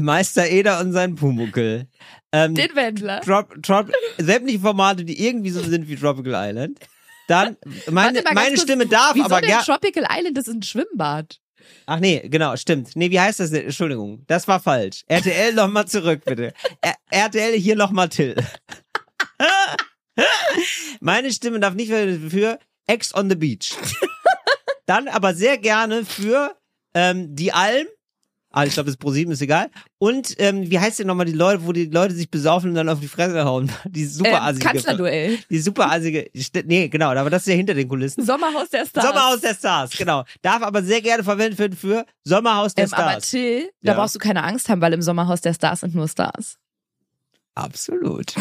Meister Eder und sein Pumuckel. Ähm,
den Wendler.
Trop, trop, sämtliche Formate, die irgendwie so sind wie Tropical Island. Dann, meine,
Warte mal ganz
meine
kurz,
Stimme darf,
Wieso
aber
denn
gerne.
Tropical Island? Das ist ein Schwimmbad.
Ach nee, genau, stimmt. Nee, wie heißt das denn? Entschuldigung, das war falsch. RTL nochmal zurück, bitte. R RTL hier nochmal Till. [LAUGHS] Meine Stimme darf nicht verwendet für Ex on the Beach. Dann aber sehr gerne für ähm, die Alm. Ah, ich glaube, das ProSieben ist egal. Und ähm, wie heißt denn nochmal die Leute, wo die Leute sich besaufen und dann auf die Fresse hauen? Die super
Ähm,
assige.
Kanzlerduell.
die super assige. Nee, genau, aber das ist ja hinter den Kulissen.
Sommerhaus der Stars.
Sommerhaus der Stars, genau. Darf aber sehr gerne verwendet werden für Sommerhaus der
ähm, aber
Stars.
Till, da
Ja.
brauchst du keine Angst haben, weil im Sommerhaus der Stars sind nur Stars.
Absolut.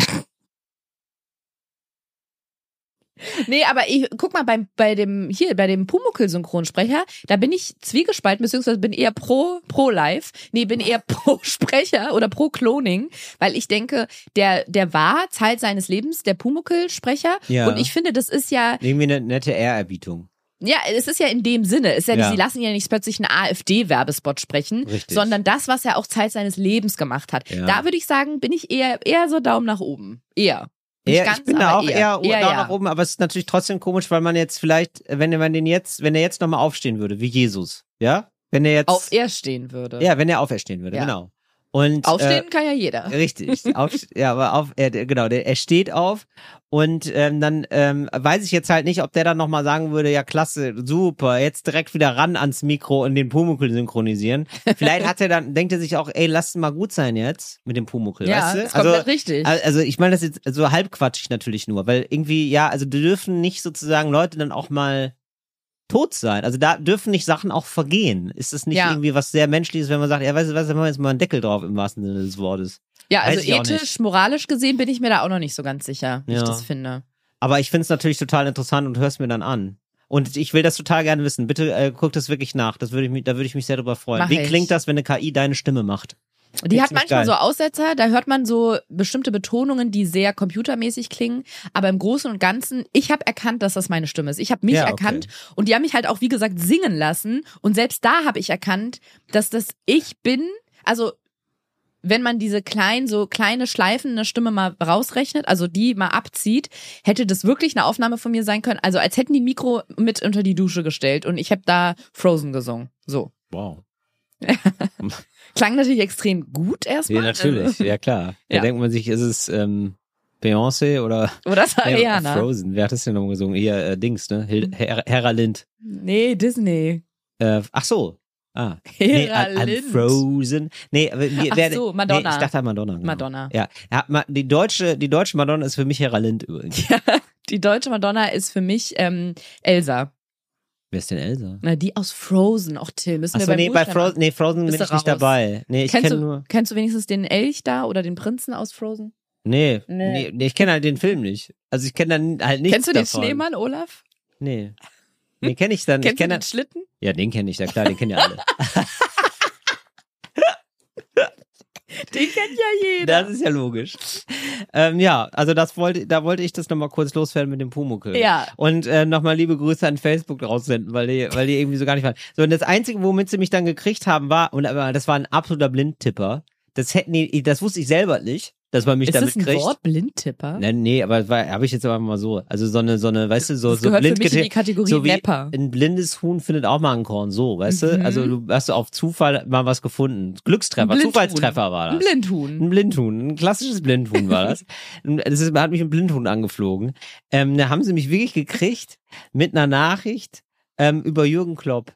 Nee, aber ich, guck mal, beim, bei dem, hier, bei dem Pumuckl-Synchronsprecher, da bin ich zwiegespalten, beziehungsweise bin eher pro, pro Live. Nee, bin eher [LAUGHS] pro Sprecher oder pro Cloning, weil ich denke, der, der war Zeit seines Lebens der Pumuckl-Sprecher.
Ja.
Und ich finde, das ist ja,
Irgendwie eine nette Ehrerbietung.
ja, es ist ja in dem Sinne. Es Ist ja, nicht-
Ja.
Sie lassen ja nicht plötzlich einen AfD-Werbespot sprechen,
Richtig.
sondern das, was er auch Zeit seines Lebens gemacht hat.
Ja.
Da würde ich sagen, bin ich eher, eher so Daumen nach oben. Eher. Nicht
Ja,
ganz,
ich bin da
aber
auch eher, da
ja.
nach oben, aber es ist natürlich trotzdem komisch, weil man jetzt vielleicht, wenn man den jetzt, wenn er jetzt nochmal aufstehen würde, wie Jesus, ja? Wenn er jetzt,
Auf er stehen würde.
ja, wenn er auferstehen würde,
Ja.
genau. Und
Aufstehen kann ja jeder.
Äh, richtig, auf, ja, aber auf, er, der- genau, der, er steht auf und ähm, dann ähm, weiß ich jetzt halt nicht, ob der dann nochmal sagen würde, ja klasse, super, jetzt direkt wieder ran ans Mikro und den Pumuckl synchronisieren. Vielleicht hat er dann, denkt er sich auch, ey, lass mal gut sein jetzt mit dem Pumuckl,
Ja,
weißt du?
ist komplett richtig.
Al- Also ich meine das jetzt so halbquatschig natürlich nur, weil irgendwie, ja, also dürfen nicht sozusagen Leute dann auch mal tot sein. Also da dürfen nicht Sachen auch vergehen. Ist das nicht
Ja.
irgendwie was sehr menschliches, wenn man sagt, ja, weißt du was, dann machen wir jetzt mal einen Deckel drauf im wahrsten Sinne des Wortes.
Ja,
Weiß
also
ich auch nicht.
ethisch, moralisch gesehen bin ich mir da auch noch nicht so ganz sicher, wie ich
Ja.
das finde.
Aber ich finde es natürlich total interessant und hör's mir dann an. Und ich will das total gerne wissen. Bitte äh, guck das wirklich nach. Das würde ich mich, da würde ich mich sehr drüber freuen.
Mach
Wie
ich.
klingt das, wenn eine KI deine Stimme macht?
Die hat
ziemlich
manchmal
geil.
so Aussetzer, da hört man so bestimmte Betonungen, die sehr computermäßig klingen, aber im Großen und Ganzen, ich habe erkannt, dass das meine Stimme ist. Ich habe mich
Ja, okay.
erkannt und die haben mich halt auch, wie gesagt, singen lassen und selbst da habe ich erkannt, dass das ich bin, also wenn man diese kleinen, so kleine Schleifen in der Stimme mal rausrechnet, also die mal abzieht, hätte das wirklich eine Aufnahme von mir sein können. Also als hätten die ein Mikro mit unter die Dusche gestellt und ich habe da Frozen gesungen. So.
Wow.
Klang natürlich extrem gut erstmal. Also, [LAUGHS]
ja klar.
Ja.
denkt man sich, ist es ähm,
[LAUGHS]
Beyoncé oder
Oder ne? ist Ariana?
Frozen? Wer hat das denn nochmal gesungen? Hier äh, Dings, ne?
Mhm.
Hil Her Hera Lind.
Nee, Disney.
Äh, ach so. Ah.
Hera
an- an
Lind.
Frozen. Nee, aber wir-
Ach
wer-
so, Madonna.
Nee, ich dachte an Madonna. Genau.
Madonna.
Ja. ja ma- die, deutsche, die deutsche Madonna ist für mich Hera Lind übrigens.
[LAUGHS] Die deutsche Madonna ist für mich ähm, Elsa.
Wer ist denn Elsa?
Na, die aus Frozen. Auch Till, müssen
Achso,
wir bei
nee, bei Frozen, nee, Frozen bin
Bist
ich
du raus.
nicht dabei. Nee, ich
kennst,
kenne
du,
nur.
kennst du wenigstens den Elch da oder den Prinzen aus Frozen?
Nee,
Nee.
nee. nee ich kenne halt den Film nicht. Also ich kenne dann halt nicht.
kennst du den
davon.
Schneemann, Olaf?
Nee. Nee, kenne ich dann.
Kennst
ich kenn
du den
dann-
Schlitten? [LAUGHS]
Ja, den kenne ich, ja klar, den kennen ja alle.
Den kennt ja jeder.
Das ist ja logisch. ähm, ja, also das wollte, da wollte ich das nochmal kurz loswerden mit dem Pumuckl.
Ja.
Und äh, nochmal liebe Grüße an Facebook raussenden, weil die, weil die irgendwie so gar nicht waren. So, und das Einzige, womit sie mich dann gekriegt haben, war, und aber das war ein absoluter Blindtipper. Das hätten die, das wusste ich selber nicht, dass man mich
Ist
damit
das ein
kriegt.
Wort? Blindtipper?
Nee, Ne, nee, aber habe ich jetzt aber mal so. Also so eine, so eine, weißt du, so,
Das
so
gehört für
blind
mich in die
gete-
Kategorie
so wie
Rapper.
Ein blindes Huhn findet auch mal ein Korn, so, weißt du?
Mhm.
Also du hast auf Zufall mal was gefunden. Glückstreffer,
Blindhuhn.
Zufallstreffer war das.
Ein Blindhuhn.
Ein Blindhuhn, ein klassisches Blindhuhn war
[LAUGHS]
das. das ist, hat mich ein Blindhuhn angeflogen. Ähm, da haben sie mich wirklich gekriegt mit einer Nachricht ähm, über Jürgen Klopp.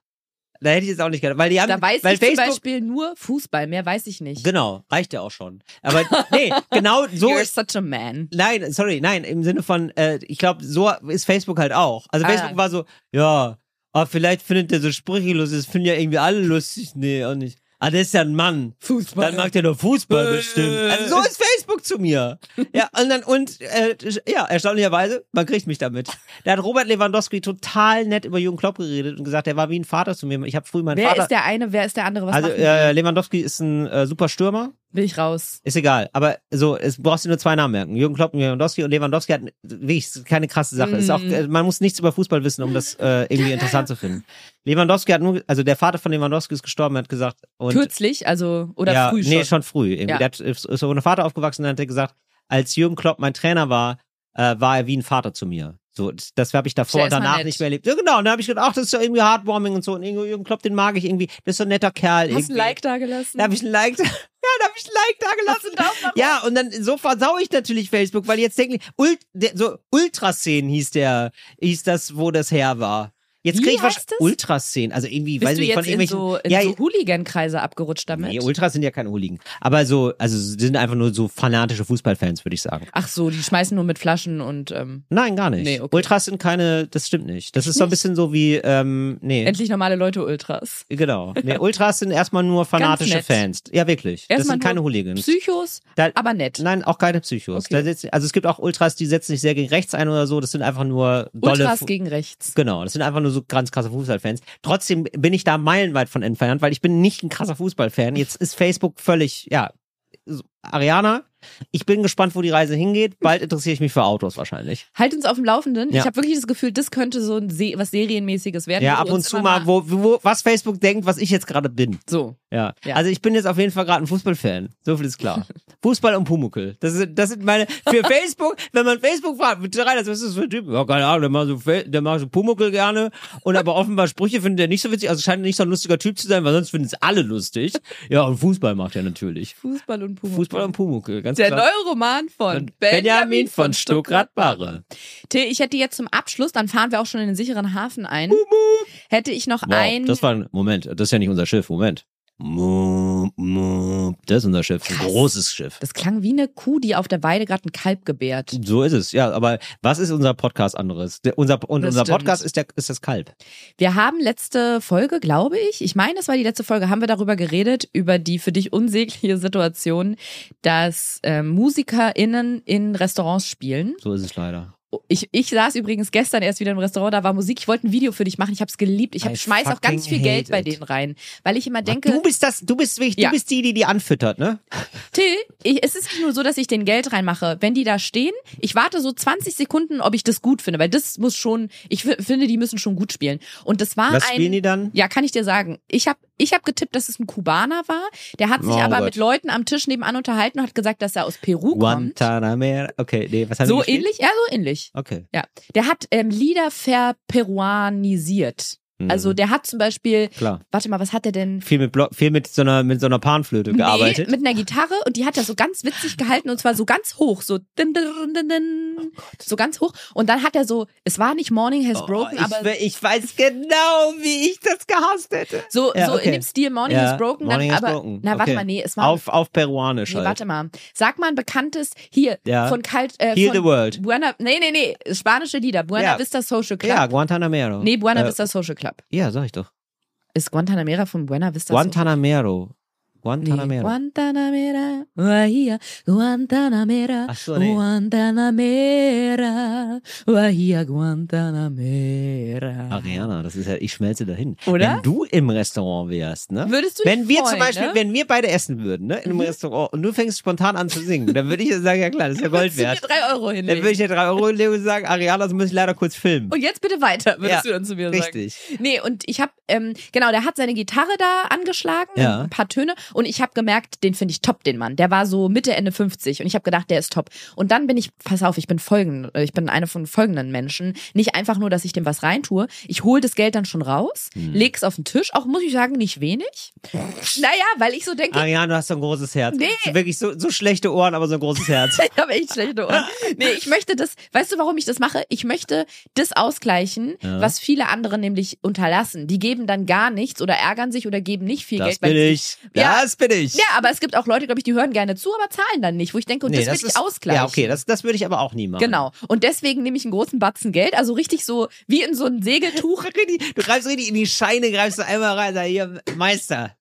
Da hätte ich jetzt auch nicht gedacht, weil die haben,
Da weiß
weil
ich
Facebook,
zum Beispiel nur Fußball, mehr weiß ich nicht.
genau, reicht ja auch schon. Aber nee, genau so
[LAUGHS] You're
ist.
such a man.
Nein, sorry, nein, im Sinne von, äh, ich glaube, so ist Facebook halt auch. Also
Ah,
Facebook
ja.
war so, ja, ah, vielleicht findet der so Sprüche lustig, das finden ja irgendwie alle lustig. Nee, auch nicht. Ah, das ist ja ein Mann.
Fußball.
Dann mag der doch Fußball
Äh.
bestimmt. Also so ist Facebook zu mir. Ja, und dann, und, äh, ja, erstaunlicherweise, man kriegt mich damit. Da hat Robert Lewandowski total nett über Jürgen Klopp geredet und gesagt, er war wie ein Vater zu mir. Ich habe früh meinen
wer
Vater.
ist der eine, wer ist der andere? Was
also,
machen die?
äh, Lewandowski ist ein äh, super Stürmer.
Will ich raus.
Ist egal, aber so, es brauchst du nur zwei Namen merken. Jürgen Klopp und Lewandowski und Lewandowski hat wirklich ist keine krasse Sache. Ist
Mm.
auch, äh, man muss nichts über Fußball wissen, um das äh, irgendwie interessant zu finden. Lewandowski hat nur, also der Vater von Lewandowski ist gestorben, er hat gesagt, und
Kürzlich, also, oder
ja,
früh schon.
Nee, schon früh. Irgendwie.
Ja.
Der hat, ist ist ohne Vater aufgewachsen und hat er gesagt, als Jürgen Klopp mein Trainer war, äh, war er wie ein Vater zu mir. So, das habe ich davor
Ja,
und
ist mal
danach
nett.
nicht mehr erlebt. Ja, genau, und da habe ich gedacht, ach, das ist ja irgendwie heartwarming und so. Und irgendwie, Jürgen Klopp, den mag ich irgendwie. Das ist so ein netter Kerl.
Hast
irgendwie.
ein Like da gelassen?
Da [LAUGHS] habe ich ein Like. Ja, da habe ich ein Like da
Hast du
gelassen.
einen Daumen nach
Ja, und dann so versau ich natürlich Facebook, weil jetzt denken, ult, der, so Ultraszenen hieß der, hieß das, wo das her war. Jetzt
Wie
krieg ich
heißt das?
Ultraszenen, also irgendwie,
Bist
weiß
du
nicht, von
jetzt in
irgendwelchen.
so, in
ja,
so Hooligan-Kreise abgerutscht damit?
nee, Ultras sind ja keine Hooligan. Aber so, also sind einfach nur so fanatische Fußballfans, würde ich sagen.
Ach so, die schmeißen nur mit Flaschen und ähm,
Nein, gar nicht.
Nee, okay.
Ultras sind keine, das stimmt nicht. Das ist so ein bisschen so wie, ähm, nee.
endlich normale Leute Ultras.
Genau. Nee, Ultras sind erstmal nur fanatische
nett.
Fans. Ja, wirklich. das
Erstmal
sind keine
nur
Hooligans.
Psychos,
Da-
aber nett.
Nein, auch keine Psychos.
Okay.
Da sitzen- Also es gibt auch Ultras, die setzen sich sehr gegen rechts ein oder so. Das sind einfach nur dolle.
Ultras
Fu-
gegen rechts.
Genau, das sind einfach nur so ganz krasse Fußballfans. Trotzdem bin ich da meilenweit von entfernt, weil ich bin nicht ein krasser Fußballfan. Jetzt ist Facebook völlig, ja, so- Ariana, ich bin gespannt, wo die Reise hingeht. Bald interessiere ich mich für Autos wahrscheinlich.
Halt uns auf dem Laufenden.
Ja.
Ich habe wirklich das Gefühl, das könnte so ein Se was serienmäßiges werden. wo
Ja, ab
du
und
uns
zu
immer
mal, wo, wo, was Facebook denkt, was ich jetzt gerade bin.
So.
Ja.
Ja.
also ich bin jetzt auf jeden Fall gerade ein Fußballfan. So viel
[LAUGHS]
ist klar. Fußball und Pumuckel. Das, sind- das sind meine, für Facebook, wenn man Facebook fragt, bitte rein, das ist das für ein Typ. Ja, keine Ahnung, der mag so, Fe- der mag so Pumuckel gerne. Und aber offenbar Sprüche findet er nicht so witzig, also scheint nicht so ein lustiger Typ zu sein, weil sonst finden es alle lustig. Ja, und Fußball macht er natürlich.
Fußball und Pumuckl.
Fußball und Pumuckel, ganz
der
klar.
neue Roman von
Und
Benjamin, von
Stuckrad-Barre.
Till, ich hätte jetzt zum Abschluss, dann fahren wir auch schon in den sicheren Hafen ein. Hätte ich noch ein.
Wow, das war ein, Moment, das ist ja nicht unser Schiff, Moment. Mu- mu- Das ist unser Schiff, ein
Krass.
großes Schiff.
das klang wie eine Kuh, die auf der Weide gerade ein Kalb gebärt.
So ist es, ja. Aber was ist unser Podcast anderes? Der, unser, und
Das
unser
stimmt.
Podcast ist, der, ist das Kalb.
Wir haben letzte Folge, glaube ich, ich meine, das war die letzte Folge, haben wir darüber geredet, über die für dich unsägliche Situation, dass äh, MusikerInnen in Restaurants spielen.
So ist es leider.
Ich, ich saß übrigens gestern erst wieder im Restaurant, da war Musik, ich wollte ein Video für dich machen, ich habe es geliebt. Ich hab,
I
schmeiß auch ganz viel
fucking
Geld
hate
bei
it.
denen rein, weil ich immer denke...
Du bist das, du bist wichtig,
Ja.
du bist die, die die anfüttert, ne?
Till, ich, es ist nicht nur so, dass ich den Geld reinmache. Wenn die da stehen, ich warte so 20 Sekunden, ob ich das gut finde, weil das muss schon, ich fi- finde, die müssen schon gut spielen. Und das war
Was
Ah, ein.
spielen die dann?
Ja, kann ich dir sagen. Ich habe ich hab getippt, dass es ein Kubaner war. Der hat sich
Oh
aber
Gott.
mit Leuten am Tisch nebenan unterhalten und hat gesagt, dass er aus Peru kommt.
Guantanamera. Okay, nee, was haben
So
die gespielt?
ähnlich? Ja, so ähnlich.
Okay.
Ja. Der hat ähm, Lieder verperuanisiert.
Mhm.
Also der hat zum Beispiel,
Klar.
warte mal, was hat der denn?
Viel mit, Block, viel mit so einer, mit so einer Panflöte gearbeitet.
Nee, mit einer Gitarre und die hat er so ganz witzig gehalten und zwar so ganz hoch, so din, din, din, din, so ganz hoch und dann hat er so, es war nicht Morning Has
Oh,
Broken,
ich,
aber
we- ich weiß genau, wie ich das gehasst hätte.
so,
Ja,
so
okay.
in dem Stil Morning
Ja,
Has Broken,
Morning
dann
Has
aber
Broken.
na warte
Okay.
mal, nee, es war
Auf, auf Peruanisch
Nee,
halt.
warte mal. Sag mal ein bekanntes hier
Ja.
von Kalt äh,
Heal
von
the world.
Buena Nee, nee, nee, spanische Lieder. Buena
Ja.
Vista Social Club.
Ja, Guantanamera.
Nee, Buena
Äh,
Vista Social Club.
Ja, sag ich doch.
Ist Guantanamera von Buena Vista Social
Guantanamera. Guantanamera.
Guantanamera, Bahia, Guantanamera,
Ach so, nee.
Guantanamera, Bahia, Guantanamera.
Ariana, das ist ja, ich schmelze dahin.
Oder?
Wenn du im Restaurant wärst, ne?
Würdest du dich
Wenn wir
freuen,
zum Beispiel,
ne? Mhm.
wenn wir beide essen würden, ne, in einem Restaurant und du fängst spontan an zu singen, dann würde ich ja sagen, ja klar, das
[LAUGHS]
ist ja Gold
Würdest du mir
wert.
drei Euro
Dann würde
hinlegen.
ich ja drei Euro legen und sagen, Ariana, das muss ich leider kurz filmen.
Und jetzt bitte weiter, würdest
Ja,
du dann zu mir sagen.
Richtig.
Nee, und ich habe ähm, genau, der hat seine Gitarre da angeschlagen,
Ja.
ein paar Töne und ich habe gemerkt, den finde ich top den Mann. Der war so Mitte Ende 50 und ich habe gedacht, der ist top. Und dann bin ich, pass auf, ich bin folgen, äh, ich bin eine von folgenden Menschen, nicht einfach nur, dass ich dem was reintue, ich hole das Geld dann schon raus,
Hm.
leg's auf den Tisch, auch muss ich sagen, nicht wenig. naja, weil ich so denke,
Ariana, du hast so ein großes Herz.
Nee.
Das sind Wirklich so, so schlechte Ohren, aber so ein großes
[LAUGHS]
Herz.
Ich habe echt schlechte Ohren. Nee, ich möchte das, weißt du, warum ich das mache? Ich möchte das ausgleichen,
Ja.
was viele andere nämlich unterlassen. Die geben dann gar nichts oder ärgern sich oder geben nicht viel
Das
Geld. weil
bin
sie-
ich.
Ja.
Das bin ich.
Ja, aber es gibt auch Leute, glaube ich, die hören gerne zu, aber zahlen dann nicht, wo ich denke, und
Nee,
das, will ich
ist-
ausgleichen.
Ja, okay, das, das würde ich aber auch nie machen. [LAUGHS]
Genau. Und deswegen nehme ich einen großen batzen Geld, also richtig so wie in so ein Segeltuch.
Richtig, Du greifst richtig in die Scheine, greifst du einmal rein, sag hier, Meister,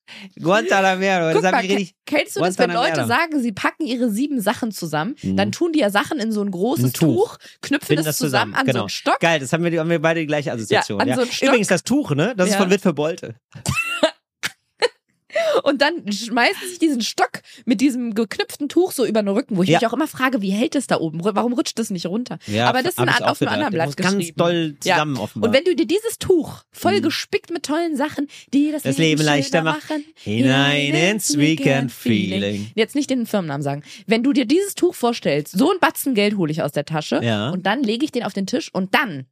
Guantanamera.
Guck
Das
mal,
hab ich richtig,
ke- kennst du das, wenn Leute
Guantanamera.
sagen, sie packen ihre sieben Sachen zusammen, dann tun die ja Sachen in so ein großes
Mhm. Ein Tuch.
Tuch, knüpfen
Binden
das zusammen, an
genau.
so einen Stock
Geil, das haben wir, haben wir beide die gleiche Assoziation.
Ja,
Ja,
an so einen Stock.
Übrigens, das Tuch, ne? Das ist
Ja.
von Witwe Bolte.
Und dann schmeißen sich diesen Stock mit diesem geknüpften Tuch so über den Rücken, wo ich
Ja.
mich auch immer frage, wie hält es da oben? Ru- Warum rutscht das nicht runter? Aber das ist
hab
eine
ich
Art
auch
auf einem
gedacht.
anderen
Der muss
Blatt
ganz
geschrieben.
doll
Ja.
zusammen offenbar.
Und wenn du dir dieses Tuch voll gespickt mit tollen Sachen, die das,
Mhm. Das Leben
schöner
leichter macht.
machen,
Hinein ins Weekend Feeling.
Jetzt nicht den Firmennamen sagen. Wenn du dir dieses Tuch vorstellst, so ein Batzen Geld hole ich aus der Tasche
Ja.
und dann lege ich den auf den Tisch und dann,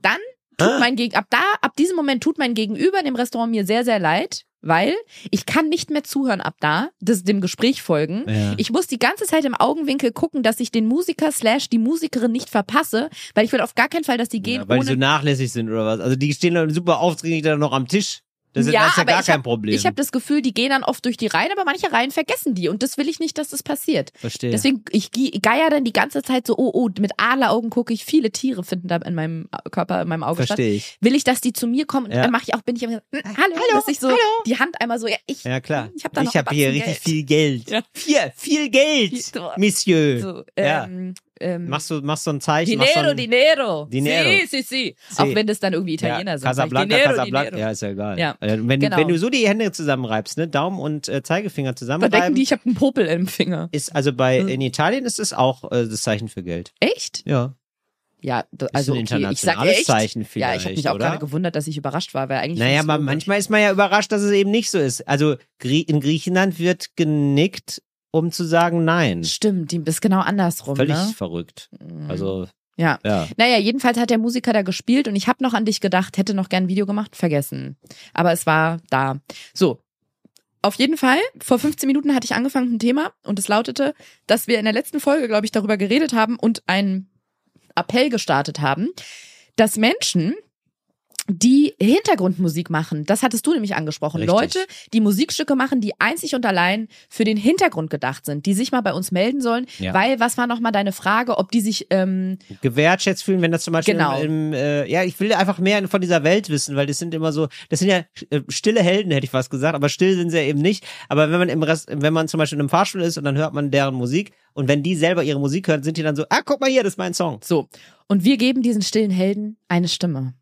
dann tut
Ah.
mein Gegen ab da, ab diesem Moment tut mein Gegenüber in dem Restaurant mir sehr, sehr leid, weil ich kann nicht mehr zuhören ab da, das, dem Gespräch folgen.
Ja.
Ich muss die ganze Zeit im Augenwinkel gucken, dass ich den Musiker slash die Musikerin nicht verpasse, weil ich will auf gar keinen Fall, dass die gehen
ja, Genau, weil die
ohne
so nachlässig sind oder was. Also die stehen dann super aufdringlich dann noch am Tisch. Das ist, das ist ja
aber
gar
ich
kein
hab,
Problem.
Ich habe das Gefühl, die gehen dann oft durch die Reihen, aber manche Reihen vergessen die und das will ich nicht, dass das passiert.
Verstehe.
Deswegen, ich ge- geier dann die ganze Zeit so, oh, oh, mit Adleraugen gucke ich, viele Tiere finden da in meinem Körper, in meinem Auge statt.
Verstehe ich.
Will ich, dass die zu mir kommen,
Ja. Äh,
dann mache ich auch, bin ich immer so, hm, hallo, dass ich so die Hand einmal so, ja, ich,
Ja, klar.
ich habe da noch
hab
einen
hier
Batzen
richtig viel Geld.
Ja.
Viel, viel Geld,
Viel- so.
Monsieur.
So,
Ja.
ähm, ähm,
Machst du, machst so ein Zeichen. machst so
Dinero, Dinero.
ein, Dinero.
Si, si, si. Auch wenn das dann irgendwie Italiener
ja,
sind. sag ich,
Casablanca,
Dinero,
Casablanca.
Dinero.
Ja, ist ja egal.
Ja.
Äh, Wenn,
Genau.
wenn du so die Hände zusammenreibst, ne, Daumen und äh, Zeigefinger
Da denken
zusammenreiben,
die, Hm. ich habe einen Popel im Finger.
ist also bei in Italien ist es auch äh, das Zeichen für Geld.
Echt?
Ja.
Ja, da,
ein
also okay, ich sag
internationales
echt. ja,
Zeichen
ich habe mich
vielleicht,
auch
oder?
gerade gewundert, dass ich überrascht war, weil eigentlich
Naja,
find's
man,
logisch.
manchmal ist man ja überrascht, dass es eben nicht so ist. Also Grie in Griechenland wird genickt, um zu sagen Nein.
Stimmt, die ist genau andersrum,
Völlig
ne? Mhm.
verrückt. Also
Ja.
ja.
Naja, jedenfalls hat der Musiker da gespielt und ich habe noch an dich gedacht, hätte noch gern ein Video gemacht, vergessen. Aber es war da. So. Auf jeden Fall, vor 15 Minuten hatte ich angefangen ein Thema und es lautete, dass wir in der letzten Folge, glaube ich, darüber geredet haben und einen Appell gestartet haben, dass Menschen, die Hintergrundmusik machen, das hattest du nämlich angesprochen,
Richtig.
Leute, die Musikstücke machen, die einzig und allein für den Hintergrund gedacht sind, die sich mal bei uns melden sollen,
Ja.
weil, was war nochmal deine Frage, ob die sich ähm,
gewertschätzt fühlen, wenn das zum Beispiel
Genau.
im, im äh, ja, ich will einfach mehr von dieser Welt wissen, weil das sind immer so, das sind ja äh, stille Helden, hätte ich fast gesagt, aber still sind sie ja eben nicht. Aber wenn man im Rest, wenn man zum Beispiel in einem Fahrstuhl ist und dann hört man deren Musik und wenn die selber ihre Musik hören, sind die dann so, ah, guck mal hier, das ist mein Song.
So, und wir geben diesen stillen Helden eine Stimme.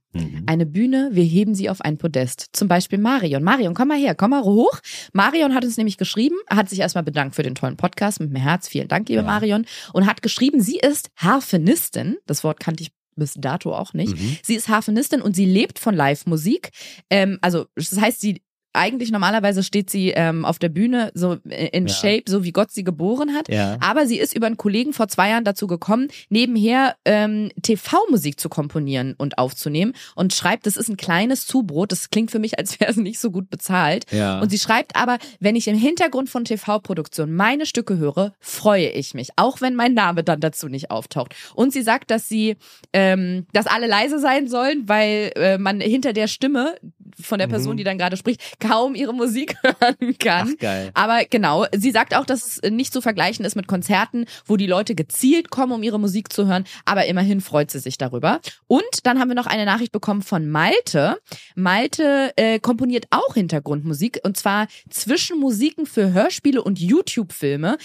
Eine Bühne, wir heben sie auf ein Podest. Zum Beispiel Marion. Marion, komm mal her, komm mal hoch. Marion hat uns nämlich geschrieben, hat sich erstmal bedankt für den tollen Podcast mit dem Herz. Vielen Dank, liebe Marion. Und hat geschrieben, sie ist Harfenistin. Das Wort kannte ich bis dato auch
Mhm.
nicht. Sie ist Harfenistin und sie lebt von Live-Musik. Ähm, also, das heißt, sie eigentlich normalerweise steht sie ähm, auf der Bühne so äh, in
Ja.
Shape, so wie Gott sie geboren hat.
Ja.
Aber sie ist über einen Kollegen vor zwei Jahren dazu gekommen, nebenher ähm, TV-Musik zu komponieren und aufzunehmen und schreibt, das ist ein kleines Zubrot. Das klingt für mich, als wäre es nicht so gut bezahlt.
Ja.
Und sie schreibt aber, wenn ich im Hintergrund von TV-Produktionen meine Stücke höre, freue ich mich, auch wenn mein Name dann dazu nicht auftaucht. Und sie sagt, dass sie, ähm, dass alle leise sein sollen, weil äh, man hinter der Stimme von
Mhm.
der Person, die dann gerade spricht, kaum ihre Musik [LAUGHS] hören kann.
Ach, geil.
Aber genau, sie sagt auch, dass es nicht zu vergleichen ist mit Konzerten, wo die Leute gezielt kommen, um ihre Musik zu hören. Aber immerhin freut sie sich darüber. Und dann haben wir noch eine Nachricht bekommen von Malte. Malte äh, komponiert auch Hintergrundmusik und zwar zwischen Musiken für Hörspiele und YouTube-Filme.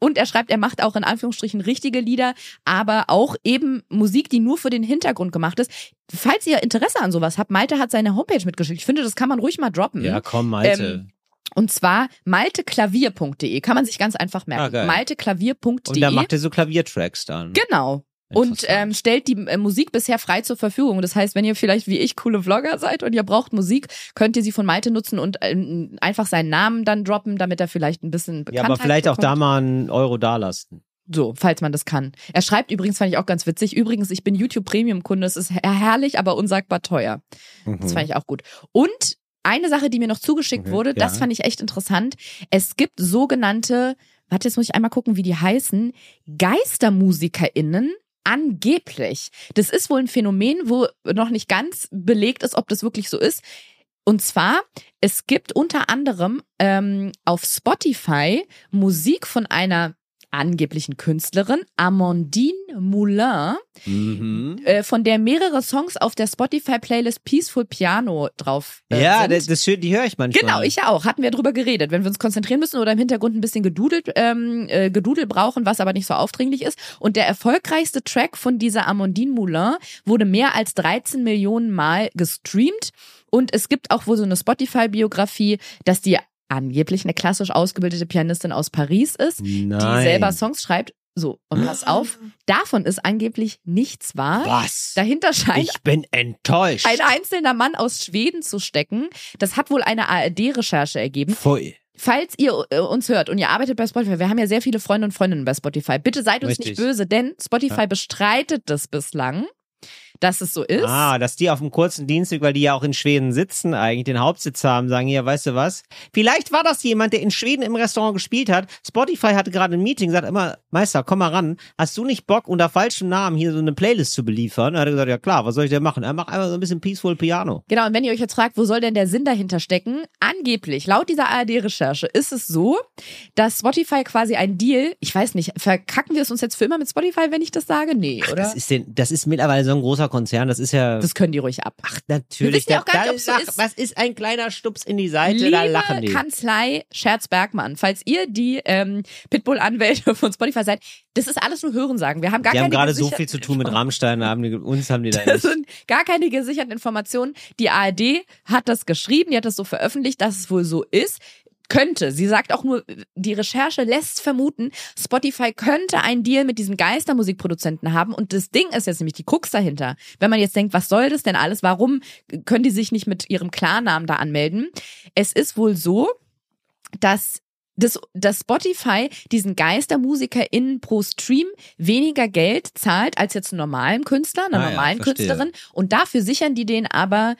Und er schreibt, er macht auch in Anführungsstrichen richtige Lieder, aber auch eben Musik, die nur für den Hintergrund gemacht ist. Falls ihr Interesse an sowas habt, Malte hat seine Homepage mitgeschickt. Ich finde, das kann man ruhig mal droppen.
Ja, komm, Malte.
Mhm. Ähm, und zwar malteklavier.de. Kann man sich ganz einfach
Ah,
merken.
geil. Und da
malteklavier.de.
macht er so Klaviertracks dann.
Genau. Und
Interessant.
ähm, stellt die äh, Musik bisher frei zur Verfügung. Das heißt, wenn ihr vielleicht wie ich coole Vlogger seid und ihr braucht Musik, könnt ihr sie von Malte nutzen und ähm, einfach seinen Namen dann droppen, damit er vielleicht ein bisschen
Ja,
bekannt
aber vielleicht auch
bekommt.
da mal einen Euro dalassen.
So, falls man das kann. Er schreibt übrigens, fand ich auch ganz witzig, übrigens, ich bin YouTube-Premium-Kunde, es ist her- herrlich, aber unsagbar teuer.
Mhm.
Das fand ich auch gut. Und eine Sache, die mir noch zugeschickt
Okay,
wurde,
ja.
das fand ich echt interessant. Es gibt sogenannte, warte, jetzt muss ich einmal gucken, wie die heißen, GeistermusikerInnen angeblich. Das ist wohl ein Phänomen, wo noch nicht ganz belegt ist, ob das wirklich so ist. Und zwar, es gibt unter anderem ähm, auf Spotify Musik von einer angeblichen Künstlerin, Amandine Moulin,
Mhm.
äh, von der mehrere Songs auf der Spotify-Playlist Peaceful Piano drauf äh,
Ja,
sind.
das, das schön, die höre ich manchmal.
Genau, ich ja auch. Hatten wir drüber geredet. Wenn wir uns konzentrieren müssen oder im Hintergrund ein bisschen gedudelt, ähm, äh, gedudel brauchen, was aber nicht so aufdringlich ist. Und der erfolgreichste Track von dieser Amandine Moulin wurde mehr als 13 Millionen Mal gestreamt. Und es gibt auch wohl so eine Spotify-Biografie, dass die angeblich eine klassisch ausgebildete Pianistin aus Paris ist,
Nein.
die selber Songs schreibt. So, und
[GASPS]
pass auf, davon ist angeblich nichts wahr.
Was?
Dahinter scheint
Ich bin enttäuscht.
ein einzelner Mann aus Schweden zu stecken. Das hat wohl eine ARD-Recherche ergeben.
Pfui.
Falls ihr äh, uns hört und ihr arbeitet bei Spotify, wir haben ja sehr viele Freunde und Freundinnen bei Spotify. Bitte seid uns
Richtig.
nicht böse, denn Spotify bestreitet das bislang, dass es so ist.
Ah, dass die auf dem kurzen Dienstweg, weil die ja auch in Schweden sitzen, eigentlich den Hauptsitz haben, sagen, ja, weißt du was? Vielleicht war das jemand, der in Schweden im Restaurant gespielt hat. Spotify hatte gerade ein Meeting, sagt immer, Meister, komm mal ran. Hast du nicht Bock, unter falschem Namen hier so eine Playlist zu beliefern? Er hat er gesagt, ja klar, was soll ich denn machen? Er macht einfach so ein bisschen Peaceful Piano.
Genau, und wenn ihr euch jetzt fragt, wo soll denn der Sinn dahinter stecken? Angeblich, laut dieser ARD-Recherche, ist es so, dass Spotify quasi einen Deal, ich weiß nicht, verkacken wir es uns jetzt für immer mit Spotify, wenn ich das sage? Nee, oder?
Das ist, denn, das ist mittlerweile so ein großer Konzern, das ist ja...
das können die ruhig ab. Ach, Wir
Natürlich,
wissen ja auch
da-
gar nicht,
da
ob's so
lach-
ist.
was ist ein kleiner Stups in die Seite, da lachen
Liebe
die.
Kanzlei Scherz-Bergmann, falls ihr die ähm, Pitbull-Anwälte von Spotify seid, das ist alles nur Hörensagen. Wir haben gar
die haben
keine
gerade so
gesicher-
viel zu tun mit Rammstein, haben die, uns haben
[LAUGHS]
die da
Das
nicht.
sind gar keine gesicherten Informationen. Die ARD hat das geschrieben, die hat das so veröffentlicht, dass es wohl so ist. Könnte. Sie sagt auch nur, die Recherche lässt vermuten, Spotify könnte einen Deal mit diesem Geistermusikproduzenten haben. Und das Ding ist jetzt nämlich die Krux dahinter. Wenn man jetzt denkt, was soll das denn alles? Warum können die sich nicht mit ihrem Klarnamen da anmelden? Es ist wohl so, dass dass, dass Spotify diesen GeistermusikerInnen pro Stream weniger Geld zahlt als jetzt einen normalen Künstler, einer
Ah ja,
normalen
verstehe.
Künstlerin. Und dafür sichern die den aber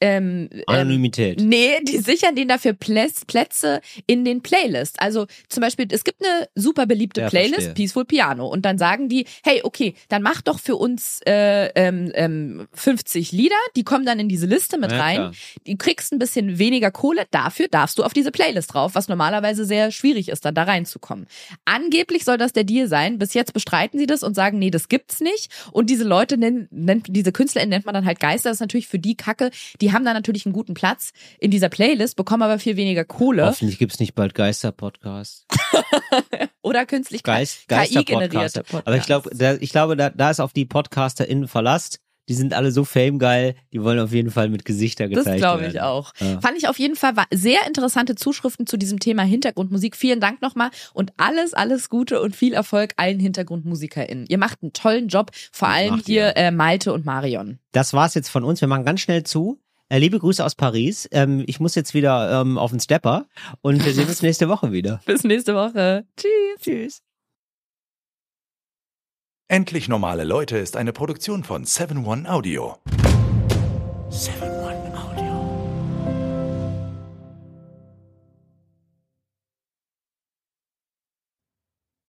ähm, ähm,
Anonymität.
Nee, die sichern denen dafür Plä- Plätze in den Playlists. Also zum Beispiel, es gibt eine super beliebte
Ja,
Playlist,
verstehe.
Peaceful Piano. Und dann sagen die, hey, okay, dann mach doch für uns äh, ähm, ähm, 50 Lieder, die kommen dann in diese Liste mit
Ja,
rein.
klar.
Du kriegst ein bisschen weniger Kohle, dafür darfst du auf diese Playlist drauf, was normalerweise sehr schwierig ist, dann da reinzukommen. Angeblich soll das der Deal sein. Bis jetzt bestreiten sie das und sagen, nee, das gibt's nicht. Und diese Leute nennen, nennt, diese KünstlerInnen nennt man dann halt Geister. Das ist natürlich für die Kacke. Die haben da natürlich einen guten Platz in dieser Playlist, bekommen aber viel weniger Kohle
Hoffentlich gibt's nicht bald Geister-Podcasts.
oder künstlich
Geist,
KI-generierte
Geister-Podcasts. Aber ich, glaub, da, ich glaube, da, da ist auf die PodcasterInnen Verlass. Die sind alle so famegeil, die wollen auf jeden Fall mit Gesichter gezeigt
Das
werden.
glaube ich auch.
Ja.
Fand ich auf jeden Fall wa- sehr interessante Zuschriften zu diesem Thema Hintergrundmusik. Vielen Dank nochmal und alles, alles Gute und viel Erfolg allen HintergrundmusikerInnen. Ihr macht einen tollen Job, vor allem
macht
hier
ihr.
äh, Malte und Marion.
Das war's jetzt von uns. Wir machen ganz schnell zu. Äh, Liebe Grüße aus Paris. Ähm, ich muss jetzt wieder ähm, auf den Stepper und wir sehen uns nächste Woche wieder.
Bis nächste Woche. Tschüss.
Tschüss.
Endlich normale Leute ist eine Produktion von 7-One Audio. 7-One.